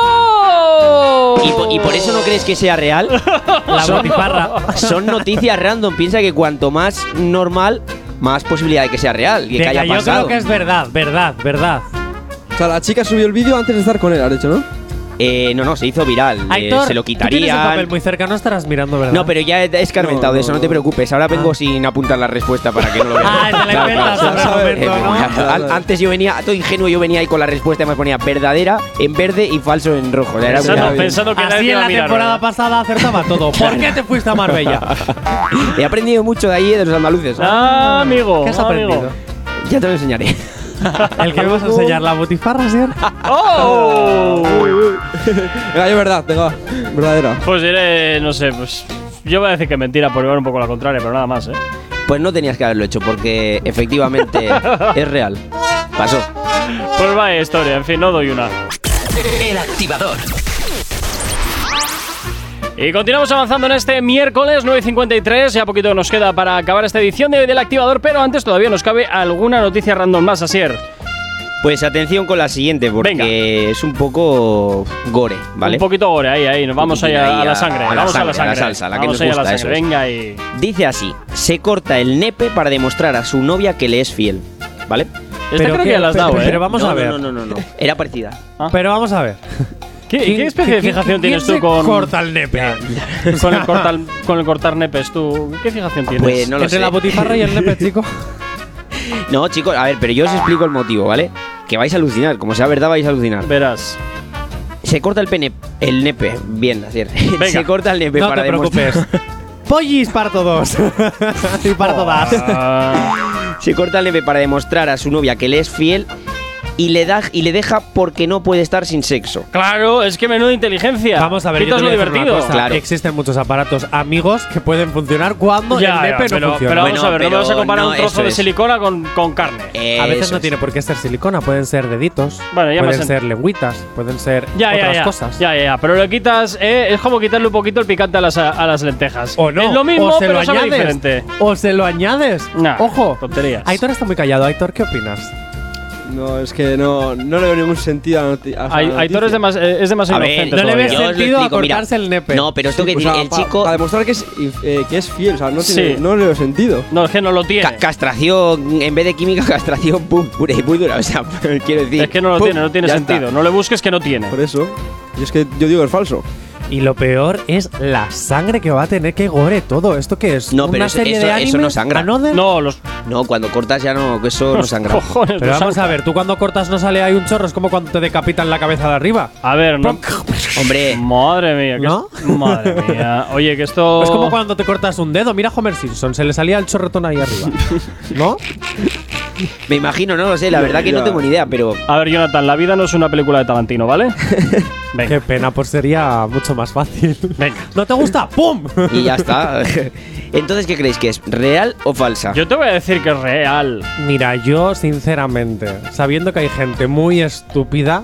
S2: ¡Oh! ¡No!
S8: ¿Y po- y por eso no crees que sea real?
S3: La botifarra.
S8: Son noticias random. Piensa que cuanto más normal, más posibilidad de que sea real y que
S3: Venga,
S8: haya
S3: yo
S8: pasado.
S3: creo que es verdad, verdad, verdad.
S4: O sea, la chica subió el vídeo antes de estar con él, ¿has dicho, no?
S8: Eh, no, no, se hizo viral. eh,
S3: Aitor,
S8: se lo
S3: Tú tienes el
S8: quitarían.
S3: papel muy cerca, no estarás mirando, ¿verdad?
S8: No, pero ya he he escarmentado
S4: No,
S8: de eso,
S4: no,
S8: no te
S4: no.
S8: preocupes. Ahora vengo sin apuntar la respuesta para que no lo veas.
S3: Ah, te la
S8: Claro,
S3: inventas
S8: claro,
S4: ahora
S8: claro.
S4: momento,
S8: Eh,
S4: ¿no?
S8: mira,
S4: Claro,
S8: al-
S4: claro.
S8: Antes yo venía, todo ingenuo, yo venía ahí con la respuesta, me ponía verdadera en verde y falso en rojo. O sea, Era
S2: Pensando,
S4: Exacto.
S8: una-
S2: pensando que nadie
S3: Así
S2: te
S3: en
S2: va a
S3: la
S2: mirar,
S3: temporada
S2: ¿verdad?
S3: pasada acertaba todo. ¿Por qué te fuiste a Marbella?
S8: He aprendido mucho de ahí, de los andaluces.
S2: Ah, amigo.
S3: ¿Qué has
S2: amigo.
S3: aprendido?
S8: Ya te lo enseñaré.
S3: El que vamos a enseñar la botifarra, señor.
S2: ¡Oh!
S4: Venga, yo verdad, venga, verdadera.
S2: Pues diré, no sé, pues. Yo voy a decir que mentira por llevar un poco la contraria, pero nada más, ¿eh?
S8: Pues no tenías que haberlo hecho, porque efectivamente es real. Pasó.
S2: Pues vaya historia, en fin, no doy una.
S1: El activador.
S2: Y continuamos avanzando en este miércoles 9.53, ya poquito nos queda para acabar esta edición de- del activador, pero antes todavía nos cabe alguna noticia random más, Asier.
S8: Pues atención con la siguiente, porque
S2: Venga.
S8: es un poco gore, ¿vale?
S2: Un poquito gore, ahí, ahí, nos vamos ahí a,
S8: Ahí
S2: a la
S8: a-
S2: sangre,
S8: a la
S2: vamos a la
S8: sangre, a
S2: sangre.
S8: la salsa, la que
S2: vamos
S8: nos
S2: ahí a la
S8: gusta,
S2: sangre,
S8: eso es.
S2: venga y...
S8: Dice así, se corta el nepe para demostrar a su novia que le es fiel, ¿vale?
S2: Esta creo
S3: qué-
S2: que ya la has
S3: pero-
S2: dado, ¿eh?
S3: Pero vamos
S8: No,
S3: a
S8: no,
S3: ver. Ah.
S8: No, no, no, no. Era parecida.
S3: Pero vamos a ver.
S2: ¿Qué, qué
S3: ¿Quién-
S2: especie de
S3: quién-
S2: fijación
S3: quién
S2: tienes tú
S3: se
S2: con,
S3: Corta el nepe.
S2: con, el cortar, con el cortar nepes? ¿Tú qué fijación tienes?
S8: Pues no lo
S3: Entre
S8: sé.
S3: la botifarra y el nepe, chico.
S8: No, chicos, a ver, pero yo os explico el motivo, ¿vale? Que vais a alucinar, como sea verdad vais a alucinar.
S2: Verás.
S8: Se corta el pene, el nepe, bien, así es.
S2: Venga.
S8: Se corta el nepe
S3: No
S8: para
S3: te
S8: demostrar.
S3: preocupes. Pollis para todos. y para todas.
S2: Ah,
S8: Se corta el nepe para demostrar a su novia que le es fiel y le da y le deja porque no puede estar sin sexo.
S2: claro, es que menuda inteligencia.
S3: Vamos a ver, yo
S2: Quitas
S3: te
S2: lo
S3: voy a decir una
S2: divertido.
S3: cosa.
S8: Claro.
S3: Existen muchos aparatos amigos que pueden funcionar cuando
S2: Ya,
S3: el
S2: ya,
S3: nepe
S2: pero,
S3: no funciona.
S2: pero vamos
S8: Bueno,
S2: a ver, no me
S8: pero
S2: vas a comparar
S8: no,
S2: un trozo
S8: eso
S2: de
S8: es. Eh,
S2: silicona con, con carne.
S3: A veces
S8: Eso
S3: no
S8: es.
S3: tiene por qué ser silicona, pueden ser deditos,
S2: Bueno, ya me
S3: pueden
S2: has
S3: ser lengüitas, pueden ser
S2: Ya,
S3: otras
S2: ya, ya.
S3: cosas.
S2: Ya, ya, ya. Pero le quitas, eh, es como quitarle un poquito el picante a las, a las lentejas.
S3: O no,
S2: Es lo mismo,
S3: o se
S2: pero
S3: lo
S2: sabe
S3: añades,
S2: diferente.
S3: o se lo añades.
S2: Nah,
S3: Ojo,
S2: tonterías.
S3: Aitor está muy callado. Aitor, ¿qué opinas?
S4: No, es que no, no le veo ningún sentido a, la noti- a esa
S2: Ai- Aitor es
S4: noticia.
S2: demasiado, es demasiado
S8: A ver,
S2: inocente.
S3: no le
S2: todavía.
S3: ves
S8: Yo os lo
S3: sentido a
S8: mira.
S3: cortarse el nepe.
S8: No, pero esto que
S4: O
S8: tiene
S4: sea,
S8: el
S4: pa-
S8: chico
S4: Para demostrar que es, inf- eh, que es fiel, o sea, no, tiene,
S2: Sí.
S4: no le veo sentido.
S2: No, es que no lo tiene.
S8: ca- castración en vez de química castración pum, pura y muy dura, o sea, quiero decir.
S2: es que no lo
S8: pum,
S2: tiene, no tiene
S8: ya
S2: sentido. No le busques que no tiene.
S4: Por eso. Y es que yo digo, es falso.
S3: Y lo peor es la sangre que va a tener que gore todo. ¿Esto qué es?
S8: No,
S3: ¿Una
S8: pero eso-
S3: serie
S8: eso-
S3: de
S8: eso
S3: anime?
S8: no sangra.
S3: ¿Another?
S2: No, los
S8: está. No, cuando cortas ya no, eso no sangra.
S2: cojones.
S3: Pero
S2: no
S3: vamos
S2: sangra.
S3: a ver, tú cuando cortas no sale ahí un chorro, es como cuando te decapitan la cabeza de arriba.
S2: A ver, no.
S8: Hombre,
S2: Madre mía, que
S3: ¿No?
S2: es- madre mía. Oye, que esto.
S3: Es como cuando te cortas un dedo. Mira a Homer Simpson, se le salía el chorretón ahí arriba. ¿No?
S8: me imagino, no lo sé, la verdad que no
S4: Ya.
S8: tengo ni idea, pero
S2: A ver, Jonathan, la vida no es una película de Tarantino, ¿vale? Venga,
S3: Qué pena, pues sería mucho más fácil.
S2: venga.
S3: ¿No te gusta? ¡Pum!
S8: y ya está. Entonces, ¿qué creéis que es? ¿Real o falsa?
S2: Yo te voy a decir que es real.
S3: Mira, yo sinceramente, sabiendo que hay gente muy estúpida,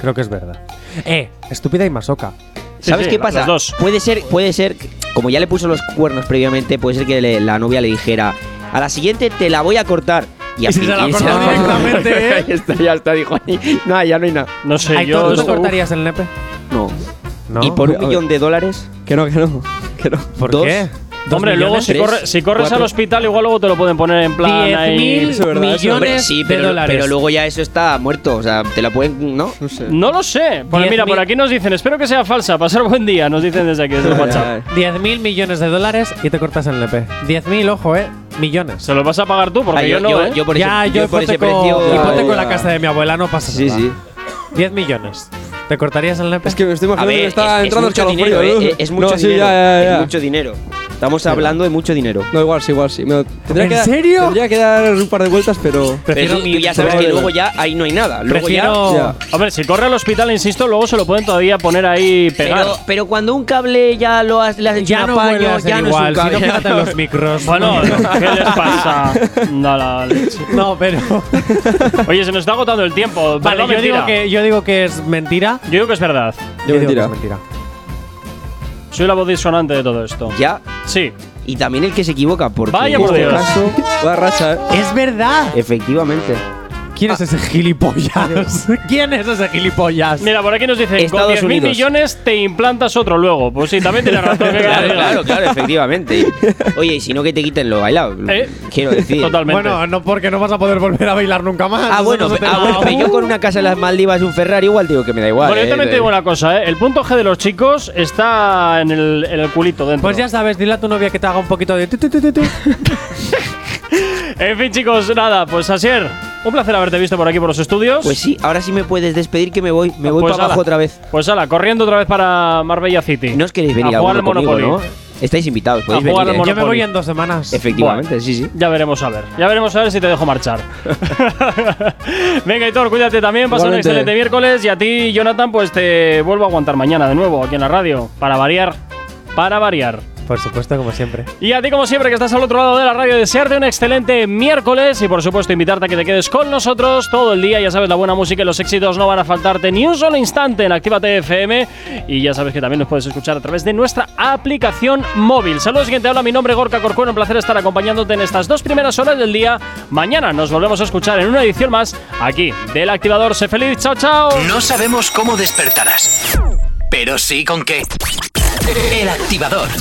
S3: creo que es verdad. Eh, estúpida y masoca.
S2: Sí,
S8: ¿Sabes
S2: sí,
S8: qué
S2: la-
S8: pasa?
S2: las dos.
S8: Puede ser, puede ser, como ya le puso los cuernos previamente, puede ser que le- la novia le dijera, a la siguiente te la voy a cortar. Y, así-
S3: si se la
S8: y
S3: cortó directamente, ¿eh?
S8: ya está, ya está, dijo. No, ya no hay nada.
S2: No sé,
S3: Aitor,
S2: yo.
S3: ¿tú te
S2: no-
S3: cortarías el nepe?
S8: No.
S3: No.
S8: Y por un
S4: A ver.
S8: millón de dólares,
S4: Que no, que no. Que no.
S3: ¿Por
S8: dos,
S3: qué? ¿Dos
S2: Hombre, luego
S3: millones? ¿eh?
S2: si,
S8: Tres,
S2: corre- si corres al
S8: cuatro.
S2: hospital, igual luego te lo pueden poner en plan.
S3: Diez
S2: ahí-
S3: mil
S4: Eso es verdad, eso es
S3: millones
S4: verdad.
S8: hombre, sí,
S3: de
S8: pero,
S3: dólares.
S8: pero luego ya eso está muerto. O sea, te la pueden, ¿no?
S4: No sé.
S2: No lo sé. Por-
S3: Diez
S2: mira, por
S3: mil-
S2: aquí nos dicen, espero que sea falsa, pasar buen día, nos dicen desde aquí, desde el
S4: Ay,
S2: WhatsApp.
S4: ay.
S3: 10.000 millones de dólares y te cortas el nepe. 10.000, ojo, eh. Millones.
S2: Se lo vas a pagar tú, porque
S8: Ah,
S2: yo, no, ¿eh?
S8: yo por
S3: ya,
S8: ese,
S3: yo,
S8: yo por ese
S3: hipoteco,
S8: precio.
S3: hipoteco
S4: Ya,
S3: la
S4: ya.
S3: casa de mi abuela, no pasa
S8: Sí,
S3: nada.
S8: sí.
S3: 10 millones. ¿Te cortarías el nepe?
S4: Es que me estoy
S8: A
S4: imaginando
S8: ver,
S4: que está
S8: es, es
S4: entrando el
S8: mucho dinero,
S4: calofrío,
S8: ¿eh?
S4: ¿no?
S8: es, es mucho
S4: no, sí,
S8: dinero.
S4: ya, ya, ya.
S8: Es mucho dinero. Estamos hablando de mucho dinero.
S4: No, igual sí, igual sí. Me lo- tendría
S3: ¿En
S4: que dar-
S3: serio?
S4: Tendría que dar un par de vueltas, pero.
S8: Pero tú, tú ya sabes que luego ya ahí no hay nada. Luego ya-
S3: Prefiero-
S4: ya-
S2: Hombre, si corre al hospital, insisto, luego se lo pueden todavía poner ahí pegar.
S8: Pero, pero cuando un cable ya lo has, le has hecho
S3: ya
S8: un
S3: no
S8: apaño,
S3: vuelve a ser
S8: ya
S3: igual,
S8: no es un
S3: si no
S8: cable.
S3: fíjate en los micros.
S2: Bueno, ¿qué les pasa? No, la leche.
S3: no, pero
S2: Oye, se nos está agotando el tiempo.
S3: vale,
S2: Perdón,
S3: yo digo
S2: mentira.
S3: que yo digo que es mentira.
S2: Yo digo que es verdad.
S3: digo
S4: Yo
S3: que
S4: mentira.
S3: es mentira.
S2: Soy la voz disonante de todo esto.
S8: Ya.
S2: Sí.
S8: Y también el que se equivoca, porque
S2: Vaya por
S4: Este
S2: Dios.
S4: caso, va racha, eh.
S3: Es verdad.
S8: efectivamente.
S3: ¿Quién
S8: Ah.
S3: es ese gilipollas? ¿Quién es ese gilipollas?
S2: Mira, por aquí nos dicen, con
S8: Estados
S2: 10.000
S8: Unidos.
S2: millones te implantas otro luego. Pues sí, también tienes razón. ¿qué quieres que
S8: Claro,
S2: diga?
S8: claro, claro, efectivamente. Oye, y si no que te quiten lo bailado.
S2: Eh,
S8: Quiero decir.
S2: Totalmente.
S3: Bueno, no porque no vas a poder volver a bailar nunca más.
S8: Ah,
S3: Eso
S8: bueno,
S3: no se te
S8: ah,
S3: va.
S8: bueno, pero yo con una casa en las Maldivas y un Ferrari igual digo que me da igual.
S2: Bueno, yo
S8: eh,
S2: también te digo
S8: eh.
S2: una cosa, ¿eh? El punto G de los chicos está en el, en el culito dentro.
S3: Pues ya sabes, dile a tu novia que te haga un poquito de tu, tu, tu, tu, tu.
S2: En fin, chicos, nada, pues Asier, un placer haberte visto por aquí por los estudios.
S8: Pues sí, ahora sí me puedes despedir que me voy, me voy
S2: Pues
S8: para abajo
S2: ala.
S8: otra vez.
S2: Pues ala, corriendo otra vez para Marbella City.
S8: No os queréis venir
S2: a jugar al
S8: alguno conmigo,
S2: Monopoly.
S8: ¿no? Estáis invitados, podéis
S2: A jugar al
S8: venir. eh.
S3: Yo me voy
S2: Monopoly.
S3: en dos semanas.
S8: Efectivamente,
S2: Bueno.
S8: sí, sí.
S2: Ya veremos a ver. Ya veremos a ver si te dejo marchar. Venga, Hitor, cuídate también. Pasa un
S4: Igualmente.
S2: excelente miércoles. Y a ti, Jonathan, pues te vuelvo a aguantar mañana de nuevo aquí en la radio. Para variar. Para variar.
S3: Por supuesto, como siempre.
S2: Y a ti, como siempre, que estás al otro lado de la radio, desearte un excelente miércoles y, por supuesto, invitarte a que te quedes con nosotros todo el día. Ya sabes, la buena música y los éxitos no van a faltarte ni un solo instante en Actívate FM. Y ya sabes que también nos puedes escuchar a través de nuestra aplicación móvil. Saludos, quien te habla. Mi nombre es Gorka Corcuero. Un placer estar acompañándote en estas dos primeras horas del día. Mañana nos volvemos a escuchar en una edición más aquí del Activador. Sé feliz. Chao, chao.
S1: No sabemos cómo despertarás, pero sí con qué. El activador.